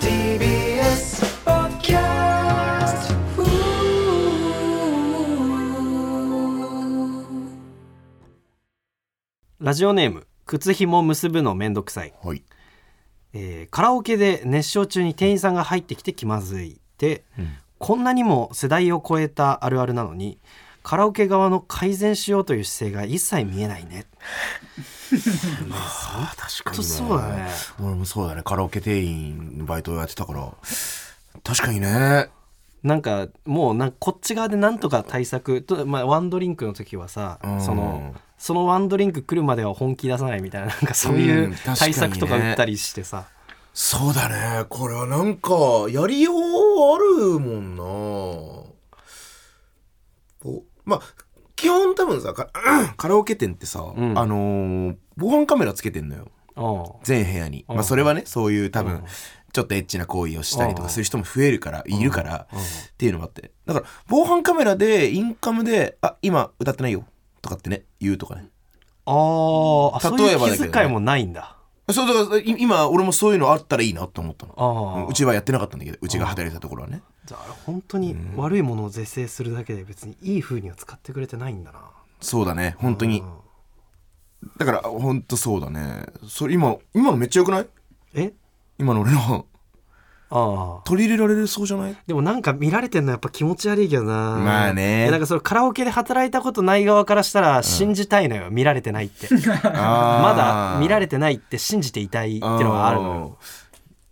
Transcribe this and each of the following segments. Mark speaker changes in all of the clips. Speaker 1: TBS ポッキャスト
Speaker 2: ラジオネーム靴ひも結ぶのめんどくさい、
Speaker 3: はい。
Speaker 2: えーカラオケで熱唱中に店員さんが入ってきて気まずいって、こんなにも世代を超えたあるあるなのにカラオケ側の改善しようという姿勢が一切見えないね
Speaker 3: ああ、確かに、
Speaker 2: ほんとそうだね。
Speaker 3: 俺もそうだね。カラオケ店員のバイトをやってたから。確かにね。
Speaker 2: なんかもうなんかこっち側でなんとか対策と、まあ、ワンドリンクの時はさ、
Speaker 3: うん
Speaker 2: そのそのワンドリンク来るまでは本気出さないみたいななんかそうい
Speaker 3: うん
Speaker 2: う
Speaker 3: 確かにね
Speaker 2: 対策とか打ったりしてさ、
Speaker 3: そうだね。これはなんか、やりようあるもんな。おまあ、基本多分さ、か カラオケ店ってさ、
Speaker 2: ん
Speaker 3: あのー防犯カメラつけてんのよ。
Speaker 2: うん
Speaker 3: 全部屋に。ま
Speaker 2: う
Speaker 3: あ、
Speaker 2: ん
Speaker 3: それはね、そういう多
Speaker 2: うん
Speaker 3: 分、ちょっとエッチな行為をしたりとかする人も増えるから、いるから、
Speaker 2: うん
Speaker 3: っていうのもあって。だから、防犯カメラで、インカムで、あ、今歌ってないよ。とかってね、言うとかね。
Speaker 2: あーあそうい
Speaker 3: 例え
Speaker 2: う
Speaker 3: ばだけどね
Speaker 2: 気遣いもないんだ
Speaker 3: そう、だから、い今、俺もそういうのあったらいいなと思ったの。
Speaker 2: あ
Speaker 3: うん
Speaker 2: あ
Speaker 3: うちはやってなかったんだけど、うちが働いてたところはね。
Speaker 2: じゃああれ本当に悪いものを是正するだけで別にいい風には使ってくれてないんだな
Speaker 3: そうだね、本当
Speaker 2: う
Speaker 3: に
Speaker 2: ん。
Speaker 3: だから、本当そうだね。それ今、今のめっちゃ良くない
Speaker 2: え
Speaker 3: 今の俺の、
Speaker 2: ああ
Speaker 3: 取り入れられるそうじゃない
Speaker 2: でもなんか見られてんのやっぱ気持ち悪いけどな
Speaker 3: まあね
Speaker 2: いやなんかそれカラオケで働いたことない側からしたら信じたいのよ、見られてないって まだ見られてないって信じていたいっていうのがあるのよ
Speaker 3: よ。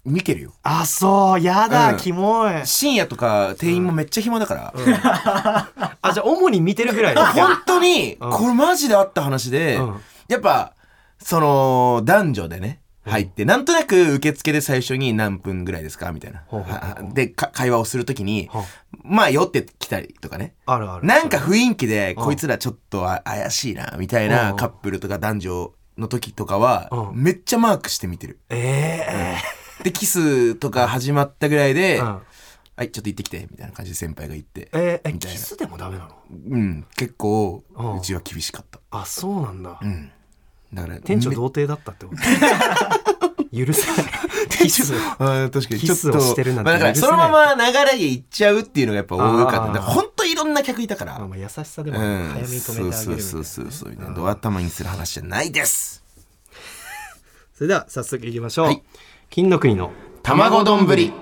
Speaker 3: 見てるよ。
Speaker 2: あそうやだ、
Speaker 3: うん
Speaker 2: キモいあ
Speaker 3: 深夜とか店員もめっちゃ暇だから、
Speaker 2: じゃあ主に見てるぐらいだ
Speaker 3: 本当にこれマジであった話で、
Speaker 2: うん
Speaker 3: やっぱその男女でね入ってなんとなく受付で最初に何分ぐらいですかみたいな
Speaker 2: ほうほうほうほう
Speaker 3: でか会話をするときに
Speaker 2: ほう
Speaker 3: まあ酔ってきたりとかね
Speaker 2: あるある
Speaker 3: なんか雰囲気でこいつらちょっとあ怪しいなみたいなカップルとか男女の時とかは
Speaker 2: うん
Speaker 3: めっちゃマークして見てる
Speaker 2: え
Speaker 3: でキスとか始まったぐらいで「
Speaker 2: えうん
Speaker 3: はいちょっと行ってきて」みたいな感じで先輩が言って
Speaker 2: ええ
Speaker 3: みたいな
Speaker 2: キスでもダメなの
Speaker 3: うん、結構、
Speaker 2: うん
Speaker 3: うちは厳しかった。
Speaker 2: あそうなんだ、
Speaker 3: うん。だから、
Speaker 2: 店長
Speaker 3: め
Speaker 2: 童貞だったってこと 許せないキス
Speaker 3: あー確かに、ちょっと。
Speaker 2: キスをしてるなんて
Speaker 3: まあだから、
Speaker 2: 許せ
Speaker 3: そ
Speaker 2: ない
Speaker 3: のまま流れで行っちゃうっていうのがやっぱ多かった。
Speaker 2: あー
Speaker 3: だからほんといろんな客いたか
Speaker 2: まあ
Speaker 3: ら。
Speaker 2: まあ優しさで
Speaker 3: う
Speaker 2: も早めに止
Speaker 3: ん。
Speaker 2: めてあ
Speaker 3: そうそう
Speaker 2: げるみたいな、ね、
Speaker 3: そうそうそう。みたいな、ド頭にする話じゃないです。
Speaker 2: それでは早速いきましょう、
Speaker 3: はい
Speaker 2: 金の国の
Speaker 3: 卵丼ぶり。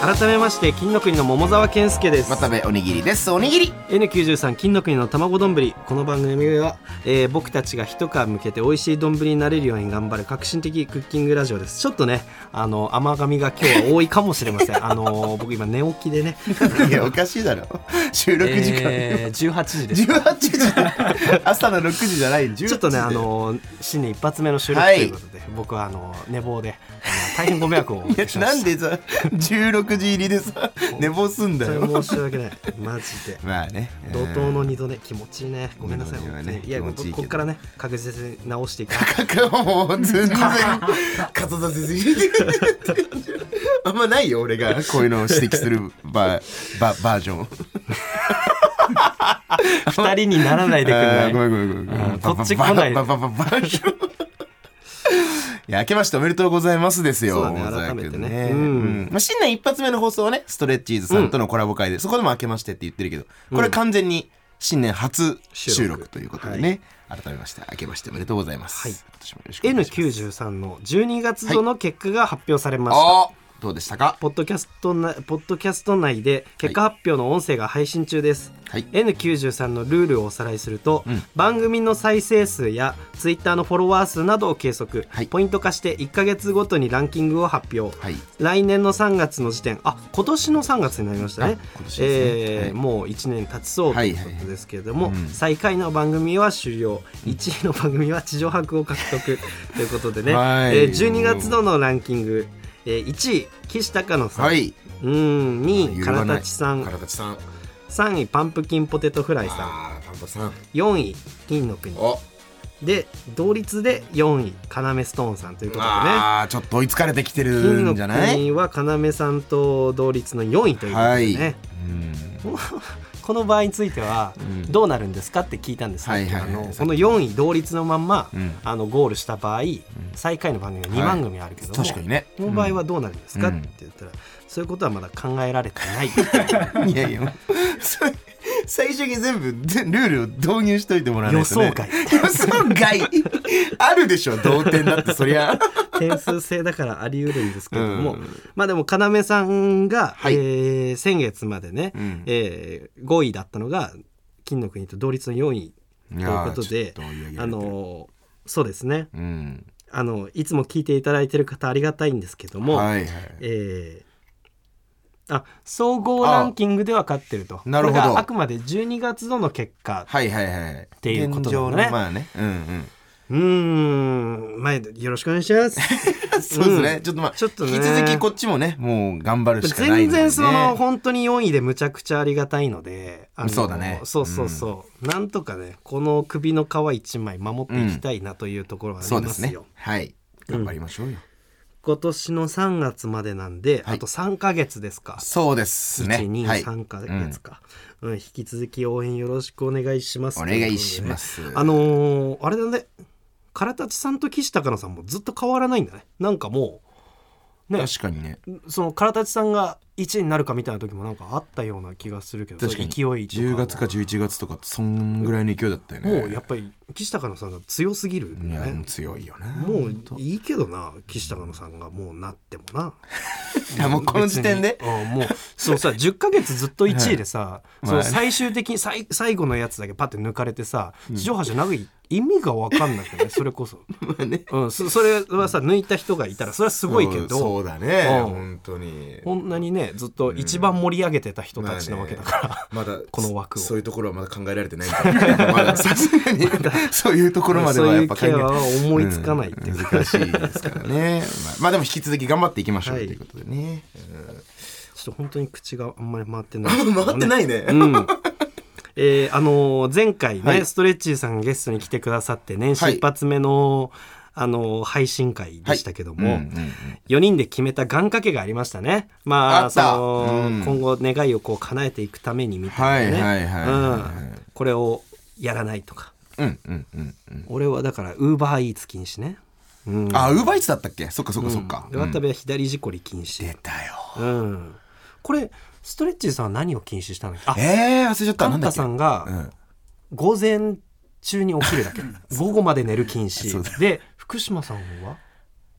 Speaker 2: 改めまして金の国の桃沢健介です、
Speaker 3: 渡部おにぎりです。おにぎり。
Speaker 2: N93 金の国の卵丼ぶりこの番組は、えー僕たちが一皮向けて美味しい丼になれるように頑張る革新的クッキングラジオですちょっとねあの甘噛みが今日は多いかもしれませ んあの僕今寝起きでね、
Speaker 3: いや、おかしいだろ。収録時間。
Speaker 2: えー18時です
Speaker 3: 18時。朝の6時じゃない。18時
Speaker 2: ちょっとね、あの新年一発目の収録ということで、僕はあの寝坊で、あの大変ご迷惑をおか
Speaker 3: いや
Speaker 2: けしま
Speaker 3: なん
Speaker 2: した。
Speaker 3: でさ、16時入りでさ、寝坊すん だ
Speaker 2: それ
Speaker 3: よ。
Speaker 2: 申し訳ない、マジで。
Speaker 3: まあね。
Speaker 2: 怒涛の二度ね、気持ちいいね、ごめんなさい、
Speaker 3: 二度寝は
Speaker 2: 本当
Speaker 3: ね
Speaker 2: にいや、
Speaker 3: 気
Speaker 2: こ
Speaker 3: 持ちいいけど
Speaker 2: こっからね、確実に 直していく。
Speaker 3: もう 全然片立てすぎてあんまないよ俺がこういうのを指摘するバーババージョン
Speaker 2: 二人にならないでく れ
Speaker 3: あ
Speaker 2: な
Speaker 3: ーごめ
Speaker 2: い。
Speaker 3: んごめんごめんごめ
Speaker 2: うんんこっち来ない
Speaker 3: ババババババージョンいや明けましておめでとうございますですよ。
Speaker 2: そうだね
Speaker 3: 小沢君
Speaker 2: 改めてね
Speaker 3: う
Speaker 2: うんん
Speaker 3: まあ、新年一発目の放送はね、ストレッチーズさんとのコラボ会で、そこでも明けましてって言ってるけど、これ完全に新年初収
Speaker 2: 収
Speaker 3: 録
Speaker 2: 録
Speaker 3: ということでね、改めまして明けましておめでとうございます。
Speaker 2: はい
Speaker 3: 今年もよろしくお願いします。
Speaker 2: N93 の12月度の結果が発表されました。
Speaker 3: あーどうでしたか
Speaker 2: ポッドキャストなポッドキャスト内で結果発表の音声が配信中です、
Speaker 3: はい
Speaker 2: N93 のルールをおさらいすると、
Speaker 3: うん
Speaker 2: 番組の再生数やツイッターのフォロワー数などを計測、
Speaker 3: はい
Speaker 2: ポイント化して1ヶ月ごとにランキングを発表、
Speaker 3: はい。
Speaker 2: 来年の3月の時点あ今年の3月になりましたね
Speaker 3: あ今年ですね
Speaker 2: えー
Speaker 3: はい
Speaker 2: もう1年経ちそうということですけれども、
Speaker 3: はいはいうん
Speaker 2: 最下位の番組は終了1位の番組は地上波を獲 得ということでね、
Speaker 3: はい
Speaker 2: えー12月度のランキング、えー1位岸高野さん、
Speaker 3: はい。
Speaker 2: うん2位
Speaker 3: 揺
Speaker 2: 唐
Speaker 3: るがない
Speaker 2: 立さん
Speaker 3: からたちさん。
Speaker 2: 3位パンプキンポテトフライさん
Speaker 3: ああ、パンパさん。
Speaker 2: 4位金の国
Speaker 3: お、
Speaker 2: で同率で4位要ストーンさんということでね
Speaker 3: ああちょっと追いつかれてきて
Speaker 2: 金
Speaker 3: る
Speaker 2: の
Speaker 3: んじゃない
Speaker 2: 国は要さんと同率の4位ということ
Speaker 3: は
Speaker 2: で
Speaker 3: い、
Speaker 2: ね、
Speaker 3: うん
Speaker 2: この場合については
Speaker 3: うん
Speaker 2: どうなるんですかって聞いたんです、
Speaker 3: はいはいはい
Speaker 2: あのこの4位同率のまんま、
Speaker 3: うん
Speaker 2: あのゴールした場合、最下位の番組が2番組あるけども、
Speaker 3: 確かにね
Speaker 2: この場合はどうなるんですか、
Speaker 3: うん
Speaker 2: って言ったらそういうことはまだ考えられてな い
Speaker 3: いやいやそ最初に全部でルールを導入しといてもらわないと、ね、
Speaker 2: 予想外
Speaker 3: 予想外あるでしょ同点だってそりゃ
Speaker 2: 点数制だからあり得るんですけれども、
Speaker 3: うん
Speaker 2: まあでも要さんが、
Speaker 3: はい
Speaker 2: えー先月までね、
Speaker 3: うん
Speaker 2: えー5位だったのが金の国と同率の4位と
Speaker 3: い
Speaker 2: い
Speaker 3: や
Speaker 2: うこ
Speaker 3: ー
Speaker 2: とで
Speaker 3: ちょっと追い上げられてる
Speaker 2: あのそうですね
Speaker 3: うん
Speaker 2: あのいつも聞いていただいてる方ありがたいんですけども、
Speaker 3: はいはい
Speaker 2: えーあ総合ランキングでは勝ってると
Speaker 3: なるほど
Speaker 2: これがあくまで12月度の結果
Speaker 3: はいはいはいって
Speaker 2: いうことだね
Speaker 3: まあねうんうん
Speaker 2: うーん前よろしくお願いします
Speaker 3: そうですね、
Speaker 2: うん
Speaker 3: ちょっとまあ
Speaker 2: ちょっとね
Speaker 3: 引き続きこっちもねもう頑張るしかない
Speaker 2: 全然その
Speaker 3: 本
Speaker 2: 本当に4位でむちゃくちゃありがたいのであの
Speaker 3: そうだね
Speaker 2: そうそうそう、なんとかねこの首の皮一枚守っていきたいなというところはあり
Speaker 3: そう
Speaker 2: ま
Speaker 3: ですす
Speaker 2: よ、
Speaker 3: ねはい頑張りましょうよ、
Speaker 2: 今年の3月までなんで、
Speaker 3: はい
Speaker 2: あと3ヶ月ですか
Speaker 3: そうですねはい
Speaker 2: 123か月か、うん引き続き応援よろしくお願いします
Speaker 3: お願いします
Speaker 2: ということでねあのーあれだね唐立さんと岸高野さんもずっと変わらないんだねなんかもうね
Speaker 3: 確かにね
Speaker 2: その唐立さんが1位になるかみたいな時もなんかあったような気がするけど
Speaker 3: 確かに
Speaker 2: 勢いとかも
Speaker 3: 10月か11月とかそんぐらいの勢いだったよね
Speaker 2: もうやっぱり岸高野さんが強すぎるよ
Speaker 3: いやもう
Speaker 2: ね
Speaker 3: 強いよね
Speaker 2: もういいけどな岸高野さんがもうなってもな
Speaker 3: いやもうこの時点で
Speaker 2: 別にああもうそのさ10ヶ月ずっと1位でさ、
Speaker 3: い
Speaker 2: そ
Speaker 3: ま
Speaker 2: の
Speaker 3: あね
Speaker 2: 最終的にさい最後のやつだけパッて抜かれてさ地上波じゃなく意味が分かんなく ないそれこそ、うん、そ それはさ抜いた人がいたらそれはすごいけ
Speaker 3: うんそ
Speaker 2: ど
Speaker 3: うだね
Speaker 2: うん
Speaker 3: 本当に
Speaker 2: こんなにねずっと一番盛り上げてた人たちなわけだから。
Speaker 3: まあねまだ
Speaker 2: この枠を
Speaker 3: そういうところはまだ考えられてないん だまださすがにそういうところまで
Speaker 2: そう
Speaker 3: はや
Speaker 2: い
Speaker 3: っ
Speaker 2: う
Speaker 3: ぱ
Speaker 2: ケアは思いつかないっていううん
Speaker 3: 難しいですからねまあまあでも引き続き頑張っていきましょう
Speaker 2: はい
Speaker 3: ということでね
Speaker 2: ちょっと本当に口があんまり回ってない、
Speaker 3: うん 回ってない
Speaker 2: うん
Speaker 3: ね
Speaker 2: えーあのー前回ね、
Speaker 3: はい
Speaker 2: ストレッチーさんがゲストに来てくださって年始一発目の、あのー配信会でしたけども、
Speaker 3: うんうんうん
Speaker 2: 4人で決めた願掛けがありましたね。まあ、
Speaker 3: あった
Speaker 2: その、
Speaker 3: うん
Speaker 2: 今後願いをこう叶えていくためにみたいなね。
Speaker 3: はいはいはいはいはい
Speaker 2: うんこれをやらないとか。
Speaker 3: うんうんうんうん
Speaker 2: 俺はだから、ウーバーイーツ禁止ね。うん。
Speaker 3: あウーバーイーツだったっけそっかそっかそっか
Speaker 2: で渡部は左事故り禁止
Speaker 3: 出。たよ
Speaker 2: うん。これ、ストレッチーさんは何を禁止したのあ、
Speaker 3: えー忘れちゃった
Speaker 2: カ
Speaker 3: な
Speaker 2: ン
Speaker 3: んだ
Speaker 2: タ
Speaker 3: っけ
Speaker 2: さんが、
Speaker 3: うん
Speaker 2: 午前中に起き るだけ午後まで寝る禁
Speaker 3: そうだ
Speaker 2: 止で福島さんは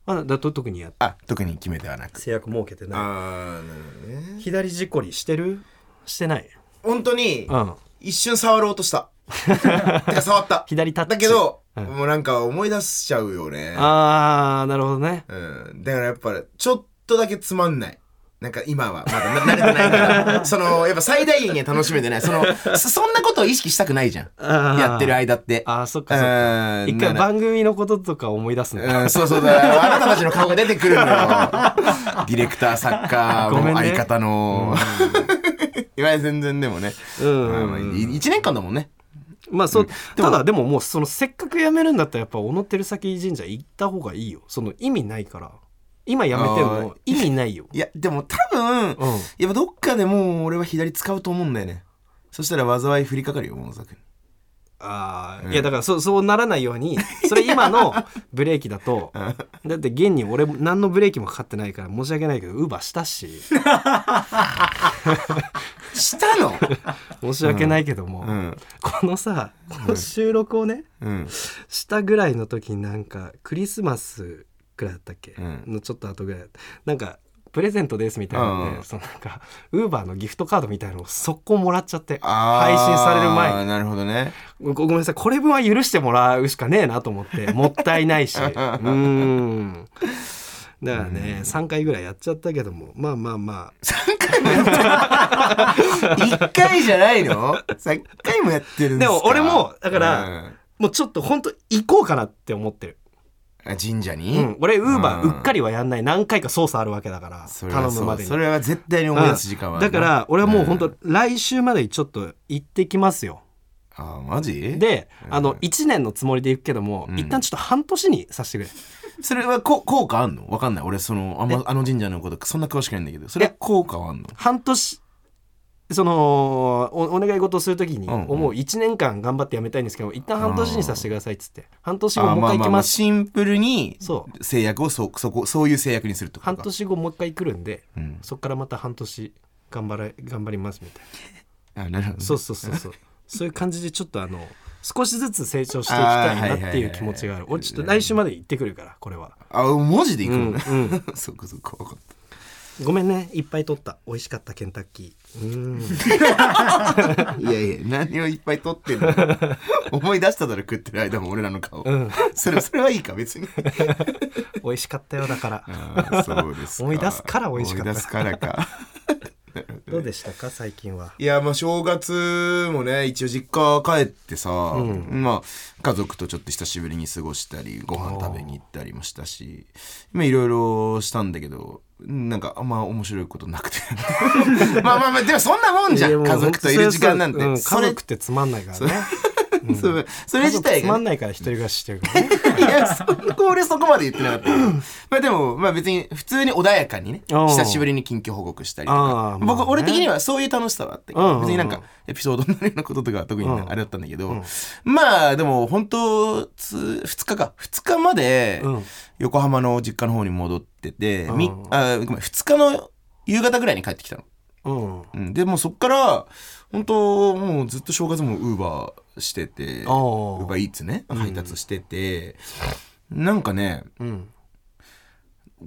Speaker 2: あだと特にや
Speaker 3: あ特に決めてはなく
Speaker 2: 制約設けてな
Speaker 3: ああなるほどね
Speaker 2: い左事故りしてるしてない、
Speaker 3: 本当に
Speaker 2: うん、
Speaker 3: 一瞬触ろうと した。てか触った。
Speaker 2: 左タッチ
Speaker 3: だけど、
Speaker 2: うん
Speaker 3: もうなんか思い出しちゃうよね。
Speaker 2: ああなるほどね
Speaker 3: うん。だからやっぱりちょっとだけつまんない。なんか今はまだな慣れてない から、その、やっぱ最大限には楽しめてない。その、そそんなことを意識したくないじゃん。
Speaker 2: あー
Speaker 3: やってる間って。
Speaker 2: あーそっかそっか
Speaker 3: うん
Speaker 2: 一回
Speaker 3: な
Speaker 2: 番組のこととか思い出すんだ
Speaker 3: うん、そうそうだ。あなたたちの顔が出てくるのよ。ディレクター、作家、
Speaker 2: ごめんね
Speaker 3: もう相方の。今全然でもね。
Speaker 2: うん
Speaker 3: まあまあい一年間だもんね。
Speaker 2: まあそうただでももうそのせっかくやめるんだったらやっぱ小野照崎神社行った方がいいよその意味ないから今やめてんの意味ないよ
Speaker 3: いや、でも多分、
Speaker 2: うん
Speaker 3: やっぱどっかでもう俺は左使うと思うんだよね。そしたら災い振りかかるよ、小野くに。
Speaker 2: ああ、いやだからそそうならないようにそれ今 のブレーキだとだって現に俺何のブレーキもかかってないから申し訳ないけどウーバーしたし
Speaker 3: したの
Speaker 2: 申し訳ないけども、
Speaker 3: うん。
Speaker 2: このさこの収録をね、
Speaker 3: うん。
Speaker 2: したぐらいの時になんかクリスマスくらいだったっけ、
Speaker 3: ん
Speaker 2: のちょっと後ぐらいなんかプレゼントですみたいなんで、
Speaker 3: うん
Speaker 2: そのなんかウーバーのギフトカードみたいなのを速攻もらっちゃって
Speaker 3: あ
Speaker 2: 配信される前に
Speaker 3: あなるほどね。
Speaker 2: ごごめんなさいこれ分は許してもらうしかねえなと 思ってもったいないしうーんだからね3回ぐらいやっちゃったけどもまあまあまあ
Speaker 3: 3回もやってる。1回じゃないの ?3 回もやってるん
Speaker 2: です
Speaker 3: か
Speaker 2: も俺もだから
Speaker 3: うん
Speaker 2: もうちょっと本当行こうかなって思ってる、
Speaker 3: あ神社
Speaker 2: う
Speaker 3: に、
Speaker 2: ん、俺ウーバ
Speaker 3: うん
Speaker 2: ーうっかりはやんない何回か操作あるわけだから
Speaker 3: それは
Speaker 2: 頼むまでに
Speaker 3: そうそれは絶対に思い出す時間はあ
Speaker 2: うん
Speaker 3: るな。
Speaker 2: だから俺はもう本
Speaker 3: ん
Speaker 2: 当来週までにちょっと行ってきますよ
Speaker 3: ああ、マジ
Speaker 2: で、あの、1年のつもりで行くけども、一旦ちょっと半年にさせてくれ。
Speaker 3: それはこ効果あんのわかんない。俺、その、あんま、あの神社のこと、そんな詳しくないんだけど、それは効果はあんの
Speaker 2: 半年、そのおお願い事をするときに、
Speaker 3: うんうん
Speaker 2: もう1年間頑張ってやめたいんですけど、一旦半年にさせてくださいっつって、半年後
Speaker 3: あ
Speaker 2: もう一回行きます。
Speaker 3: シンプルに
Speaker 2: そ
Speaker 3: 制約をそそこそういう制約にするってこと
Speaker 2: 半
Speaker 3: か
Speaker 2: 年後もう一回来るんで、
Speaker 3: うん
Speaker 2: そこからまた半年頑張れ頑張りますみたいな。
Speaker 3: あなるほど
Speaker 2: そうそうそう そう。そういう感じでちょっとあの少しずつ成長していきたいなっていう気持ちがあ
Speaker 3: あーはいはいはい
Speaker 2: る。俺ちょっと来週まで行ってくるからこれは。
Speaker 3: あ文字でいうくの
Speaker 2: んう
Speaker 3: ね、
Speaker 2: ん。
Speaker 3: そこそこ分かった
Speaker 2: ごめんねいっぱい取った美味しかったケンタッキー。うん。
Speaker 3: いやいや、何をいっぱい取ってん の思い出しただろ、食ってる間も俺らの顔。
Speaker 2: ん
Speaker 3: それ、それはいいか、別に。
Speaker 2: 美味しかったよだから。
Speaker 3: あそうです
Speaker 2: か思い出すから美味しかった
Speaker 3: 思い出すからか。
Speaker 2: どうでしたか最近は。
Speaker 3: いや、まあ、正月もね、一応実家帰ってさ、
Speaker 2: ん
Speaker 3: まあ、家族とちょっと久しぶりに過ごしたり、ご飯食べに行ったりもしたし、まあ、いろいろしたんだけど、なんか、あんま面白いことな くて。まあまあまあ、でもそんなもんじゃ
Speaker 2: いや
Speaker 3: ん。
Speaker 2: もう
Speaker 3: 家族といる時間なんて。
Speaker 2: 本当
Speaker 3: そ
Speaker 2: そうそううん家
Speaker 3: れ
Speaker 2: 族ってつまんないからね。
Speaker 3: それそれ自体
Speaker 2: 家族つ
Speaker 3: が
Speaker 2: ま
Speaker 3: ね
Speaker 2: んないから一人暮らしして るからね。
Speaker 3: いや、そこ俺そこまで言ってなかった。まあでも、まあ別に普通に穏やかにね、
Speaker 2: うん
Speaker 3: 久しぶりに近況報告したりと
Speaker 2: あ
Speaker 3: か
Speaker 2: あ、まあ
Speaker 3: 僕、
Speaker 2: ね
Speaker 3: 俺的にはそういう楽しさはあったけ
Speaker 2: うんうんう
Speaker 3: ど、
Speaker 2: ん
Speaker 3: 別になんかエピソードになるようなこととかは特に
Speaker 2: うん
Speaker 3: あれだったんだけど、まあでも本当、つ2日か、2日まで
Speaker 2: うん
Speaker 3: 横浜の実家の方に戻ってて、
Speaker 2: うん
Speaker 3: みあごめん2日の夕方ぐらいに帰ってきたの。
Speaker 2: うん。
Speaker 3: うんで、もうそっから、本当もうずっと正月もウーバーしてて、ウ
Speaker 2: ああ
Speaker 3: ーバーイーツね、配達してて、なんかね、
Speaker 2: うん。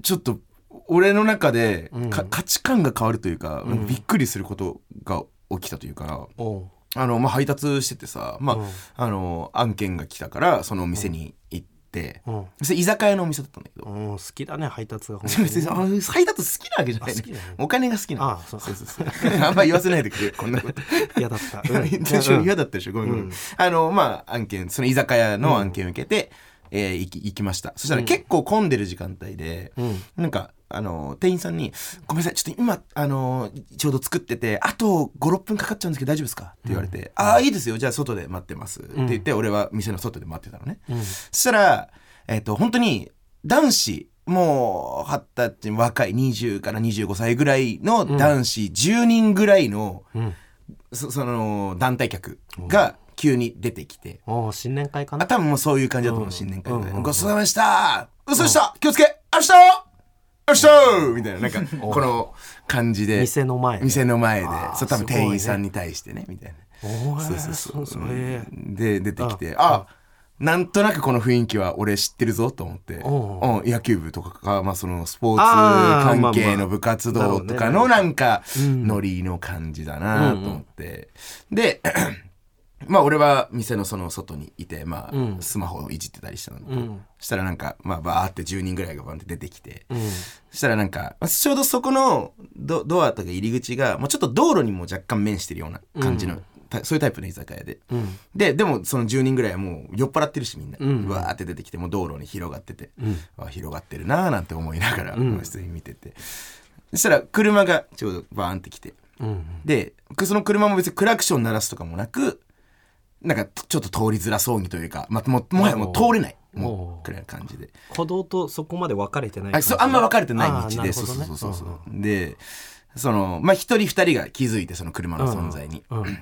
Speaker 3: ちょっと、俺の中で、
Speaker 2: うん
Speaker 3: か価値観が変わるというか、
Speaker 2: うん
Speaker 3: びっくりすることが起きたというか、
Speaker 2: おう。
Speaker 3: あの、まあ、配達しててさ、まあ、
Speaker 2: うん
Speaker 3: あの、案件が来たから、そのお店に行って、
Speaker 2: うん。
Speaker 3: それ居酒屋のお店だったんだけど、
Speaker 2: うん、好きだね配達が本当 に
Speaker 3: 別に、あ配達好きなわけじゃない
Speaker 2: あ好き
Speaker 3: ね
Speaker 2: なの。
Speaker 3: お金が好きなの。
Speaker 2: あそう
Speaker 3: そうそう そう。あんま言わせないでくれよ、こんなこと。
Speaker 2: 嫌だった、 うん
Speaker 3: でしょ
Speaker 2: うん
Speaker 3: 嫌だったでしょごめんごめん、
Speaker 2: うん
Speaker 3: あのまあ案件その居酒屋の案件を受けて、えー行き行きましたそしたら結構混んでる時間帯で、
Speaker 2: うん
Speaker 3: なんかあの店員さんに「ごめんなさいちょっと今あのちょうど作っててあと56分かかっちゃうんですけど大丈夫ですか?」って言われて「ああいいですよじゃあ外で待ってます」って言って俺は店の外で待ってたのね、
Speaker 2: うん
Speaker 3: そしたら、えっ、と、本当に男子、もう、二十歳、若い、20から25歳ぐらいの男子、10人ぐらいの、
Speaker 2: うん
Speaker 3: そその、団体客が急に出てきて、
Speaker 2: おう新年会か
Speaker 3: あ、
Speaker 2: な
Speaker 3: 多分もうそういう感じだと思
Speaker 2: う
Speaker 3: う、
Speaker 2: ん
Speaker 3: 新年会
Speaker 2: う
Speaker 3: で
Speaker 2: んうんうん
Speaker 3: ごちそうさまでしたごちそうさまでした気をつけ明日明日みたいな、なん か、この感じで。
Speaker 2: 店の前で
Speaker 3: 店の前で
Speaker 2: あー。
Speaker 3: そう、多分
Speaker 2: すごいね
Speaker 3: 店員さんに対してね、みたいな。
Speaker 2: おう
Speaker 3: そうそうそう。
Speaker 2: それ
Speaker 3: で、出てきて、あなんとなくこの雰囲気は俺知ってるぞと思って、
Speaker 2: お
Speaker 3: うん野球部とかか、まあそのスポーツ
Speaker 2: あー
Speaker 3: 関
Speaker 2: ま
Speaker 3: 係
Speaker 2: あまあ
Speaker 3: の部活動とかのなんか、ノリの感じだなと思って。で、 まあ俺は店のその外にいて、ま
Speaker 2: うん
Speaker 3: あスマホをいじってたりしたので、
Speaker 2: うん
Speaker 3: そしたらなんか、まあバーって10人ぐらいがバンって出てきて、
Speaker 2: うん
Speaker 3: そしたらなんか、まあちょうどそこのドドアとか入り口が、まあ、ちょっと道路にも若干面してるような感じの、たそういうタイプの居酒屋で。
Speaker 2: うん
Speaker 3: で、でもその10人ぐらいはもう酔っ払ってるしみんな、
Speaker 2: うん
Speaker 3: わーって出てきて、もう道路に広がってて、
Speaker 2: うん
Speaker 3: あ広がってるなーなんて思いな がら、
Speaker 2: うん
Speaker 3: まあ普通に見てて。そしたら車がちょうどバーンって来て、
Speaker 2: うん
Speaker 3: で、その車も別にクラクション鳴らすとかもなく、なんかちょっと通りづらそうにというか、まあ、もうもはやもう通れない。もう、くらいの感じで。
Speaker 2: 歩道とそこまで分かれてない
Speaker 3: あそうあんま分かれてない
Speaker 2: あー
Speaker 3: 道
Speaker 2: な
Speaker 3: で、
Speaker 2: る
Speaker 3: そ
Speaker 2: ほ
Speaker 3: うそ
Speaker 2: ど
Speaker 3: う
Speaker 2: ね
Speaker 3: そうそうそう、でそのまあ一人二人が気づいてその車の存在に「
Speaker 2: うんうん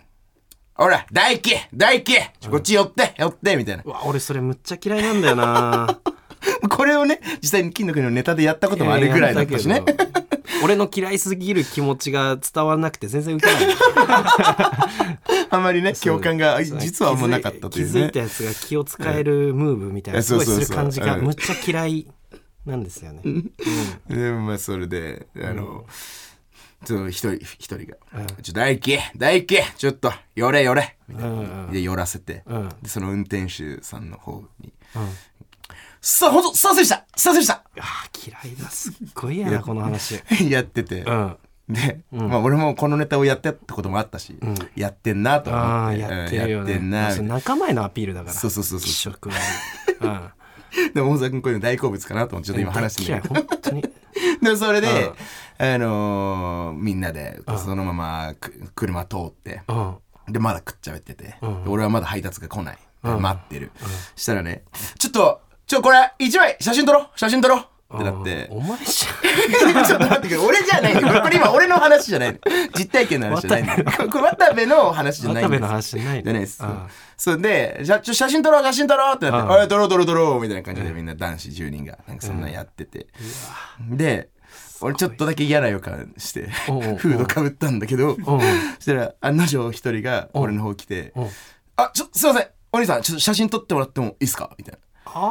Speaker 3: ほら大輝大輝こっち寄って寄って」みたいな
Speaker 2: うわ俺それむっちゃ嫌いなんだよな
Speaker 3: これをね実際に金の国のネ タでやったこともあるぐらいだったしね
Speaker 2: いやいやだけど俺の嫌いすぎる気持ちが伝わらなくて全然受けない
Speaker 3: あまりね 共感が
Speaker 2: そう
Speaker 3: 実はあんまなかったとい
Speaker 2: 気づ
Speaker 3: う
Speaker 2: いた
Speaker 3: ね
Speaker 2: やつが気を使えるムーブみたいなすごいする感じがむっちゃ嫌いなんですよね
Speaker 3: でまあそれであの、その一人一人が「ちょ大輝大輝ちょっと寄れ寄れ」みたいな、で寄らせて、
Speaker 2: うん
Speaker 3: でその運転手さんの方に「さあほんとすいませんでしたすいませんでした!」
Speaker 2: あー嫌いだすっごい嫌だこ の話
Speaker 3: やってて、
Speaker 2: うん
Speaker 3: で、まあ俺もこのネタをやってたこともあったし、やってんなと思
Speaker 2: あ
Speaker 3: っ
Speaker 2: あ
Speaker 3: て
Speaker 2: やってるよ
Speaker 3: うん
Speaker 2: ね
Speaker 3: やってんなみ
Speaker 2: そ
Speaker 3: た
Speaker 2: れ
Speaker 3: いな
Speaker 2: 仲間へのアピールだから
Speaker 3: そうそうそうそう
Speaker 2: 気色悪いうん
Speaker 3: でも大沢君こういうの大好物かなと思ってちょっと今話して
Speaker 2: 嫌い
Speaker 3: み
Speaker 2: 本 当に
Speaker 3: でそれで、あのーみんなでそのままく車通って、
Speaker 2: うん
Speaker 3: でまだ食っちゃってて、
Speaker 2: ん
Speaker 3: で俺はまだ配達が来ない、待ってる、したらねちょっとちょこれ一枚写真撮ろう写真撮ろうってなって
Speaker 2: お前じ
Speaker 3: ちょっと待ってくれ俺じゃないのこれこれ今俺の話じゃないの実体験の話じゃないのこれこれ渡部の話じ
Speaker 2: ゃ
Speaker 3: ゃ
Speaker 2: ん
Speaker 3: ない
Speaker 2: 渡
Speaker 3: んで
Speaker 2: 部
Speaker 3: す
Speaker 2: の話じゃない
Speaker 3: じゃないです
Speaker 2: あ
Speaker 3: そうでじゃちょ写真撮ろう写真撮ろうってなって「
Speaker 2: ああ
Speaker 3: あれ撮ろう撮ろう撮ろう」みたいな感じでみんな男子10人がなんかそんなんやってて、で俺ちょっとだけ嫌な予感して
Speaker 2: おうおうおう
Speaker 3: フードかぶったんだけど
Speaker 2: おうおう
Speaker 3: そしたら案の定一人が俺の方来て
Speaker 2: おう
Speaker 3: 「あちょすいませんお兄さんちょっと写真撮ってもらってもいいですか?」みたい
Speaker 2: あ
Speaker 3: な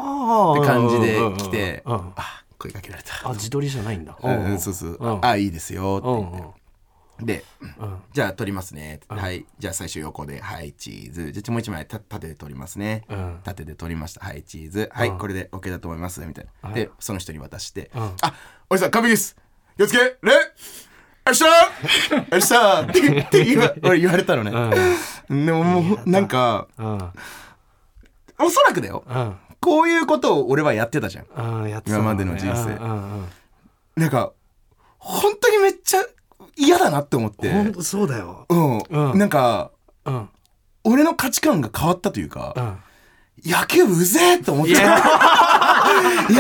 Speaker 2: ー
Speaker 3: 感じで来て「
Speaker 2: うんうんうん
Speaker 3: あ声かけられた
Speaker 2: あ」自撮りじゃないんだ
Speaker 3: うんうんそうそう
Speaker 2: うん
Speaker 3: あいいですよ」って
Speaker 2: う
Speaker 3: 言っ
Speaker 2: んう
Speaker 3: て
Speaker 2: ん
Speaker 3: で、
Speaker 2: うん
Speaker 3: じゃあ撮りますね、はいじゃあ最初横ではいチーズじゃあもう一枚た縦で撮りますね、
Speaker 2: うん
Speaker 3: 縦で撮りましたはいチーズはい、これで OK だと思いますみたいなでその人に渡して「あおじさん完璧です気をつけれよっ しゃーよっしゃー」ってって言わ俺言われたのね、でももうなんか
Speaker 2: うん
Speaker 3: おそらくだよ
Speaker 2: うん
Speaker 3: こういうことを俺はやってたじゃん
Speaker 2: うんやってた
Speaker 3: 今
Speaker 2: も
Speaker 3: ま
Speaker 2: んね
Speaker 3: での人生
Speaker 2: うんうんうん
Speaker 3: なんか本当にめっちゃ嫌だなって思って
Speaker 2: ほんとそうだよ
Speaker 3: うん、
Speaker 2: うん
Speaker 3: なんか
Speaker 2: うん
Speaker 3: 俺の価値観が変わったというか、
Speaker 2: うん
Speaker 3: 野球部うぜえと思ってた 野球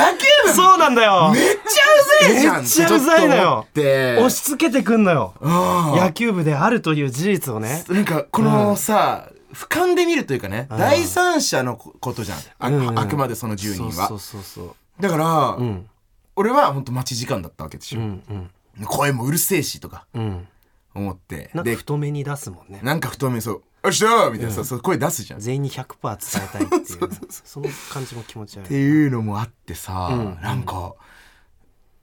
Speaker 3: 部
Speaker 2: そうなんだよ
Speaker 3: めっちゃうぜえじゃん
Speaker 2: めっちゃうざいのよ
Speaker 3: ちょっと思って
Speaker 2: 押し付けてくんのよ
Speaker 3: うん
Speaker 2: 野球部であるという事実をね
Speaker 3: なんかこのさ、俯瞰で見るというかね、第三者のことじゃんあ,、
Speaker 2: うん
Speaker 3: あくまでその10人は
Speaker 2: そうそうそう
Speaker 3: だから、
Speaker 2: そううん
Speaker 3: 俺は本当待ち時間だったわけでし
Speaker 2: う
Speaker 3: ょ、
Speaker 2: んうん
Speaker 3: 声もうるせえしとか
Speaker 2: うん
Speaker 3: 思って
Speaker 2: なんか
Speaker 3: で
Speaker 2: 太めに出すもんね
Speaker 3: なんか太めそう「よっしゃ!」みたいなさ、そう声出すじゃんっ
Speaker 2: 全員に100%伝えたい っていうねその感じも気持ち悪
Speaker 3: て
Speaker 2: い
Speaker 3: いうのもあってさ、
Speaker 2: うん
Speaker 3: なんか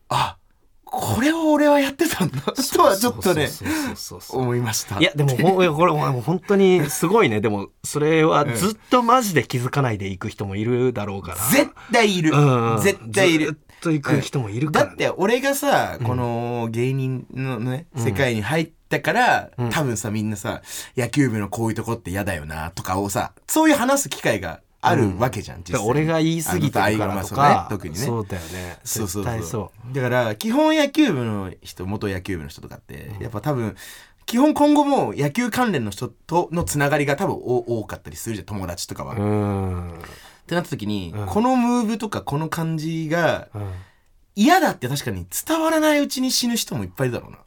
Speaker 3: あこれを俺はやってたんだとはちょっとね
Speaker 2: そうそうそうそう
Speaker 3: 思いました
Speaker 2: いやでもほんいやこれもう本当にすごいねでもそれはずっとマジで気づかないでいく人もいるだろうから
Speaker 3: 絶対いる、
Speaker 2: うんうん
Speaker 3: 絶対い
Speaker 2: ずっ
Speaker 3: る
Speaker 2: と行く人もいる
Speaker 3: だ
Speaker 2: からね
Speaker 3: って俺がさこの芸人のね、世界に入ったから、多分さみんなさ野球部のこういうとこって嫌だよなとかをさそういう話す機会があるわけじゃん、実際に
Speaker 2: 俺が言い過ぎてるからと
Speaker 3: あのあ、
Speaker 2: か
Speaker 3: そうね特にね
Speaker 2: そうだよね
Speaker 3: そうそ
Speaker 2: 絶
Speaker 3: うそ
Speaker 2: 対
Speaker 3: う
Speaker 2: そ
Speaker 3: だから基本野球部の人元野球部の人とかって、やっぱ多分基本今後も野球関連の人とのつながりが多分お多かったりするじゃん友達とかは、
Speaker 2: うう
Speaker 3: っ
Speaker 2: んうん
Speaker 3: てなった時に、
Speaker 2: うん
Speaker 3: このムーブとかこの感じが嫌だって確かに伝わらないうちに死ぬ人もいっぱいいるだろうな。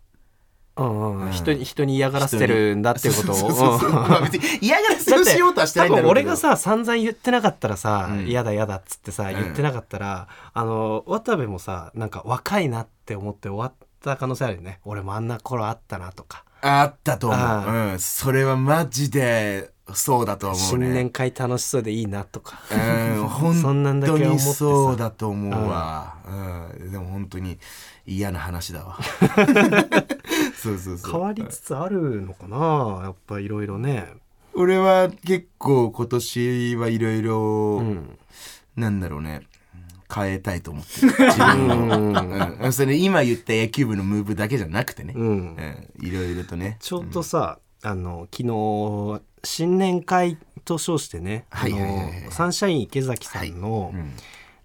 Speaker 2: うんうん
Speaker 3: ん
Speaker 2: 人に人に嫌がらせてるんだっていうことを
Speaker 3: そうそうそうそう
Speaker 2: うん
Speaker 3: まあ別に嫌がらせ
Speaker 2: だっ
Speaker 3: を
Speaker 2: て
Speaker 3: しようとはしてな
Speaker 2: 多
Speaker 3: いんだ
Speaker 2: 分
Speaker 3: ろうけ
Speaker 2: 俺
Speaker 3: ど
Speaker 2: がさ散々言ってなかったらさ
Speaker 3: う
Speaker 2: 「
Speaker 3: ん
Speaker 2: 嫌だ嫌だ」っつってさ
Speaker 3: ん
Speaker 2: 言ってなかったらあの渡部もさなんか若いなって思って終わった可能性あるよね俺もあんな頃あったなとか
Speaker 3: あったと思
Speaker 2: あ
Speaker 3: う、うん、それはマジでそうだと思うね
Speaker 2: 新年会楽しそうでいいなとか
Speaker 3: うん
Speaker 2: そんな
Speaker 3: 本
Speaker 2: んだ
Speaker 3: 当
Speaker 2: け思って
Speaker 3: に
Speaker 2: さ
Speaker 3: そうだと思うわ、うん、でも本当に嫌な話だわ そうそうそう
Speaker 2: 変わりつつあるのかなやっぱいろいろね
Speaker 3: 俺は結構今年はいろいろ
Speaker 2: ん
Speaker 3: なんだろうね変えたいと思ってる自分を、うん、それ今言った野球部のムーブだけじゃなくてね
Speaker 2: うん
Speaker 3: いろいろとね
Speaker 2: ちょうどさ、あの昨日新年会と称してね、
Speaker 3: はいはいはいはい
Speaker 2: あのサンシャイン池崎さんの、
Speaker 3: うん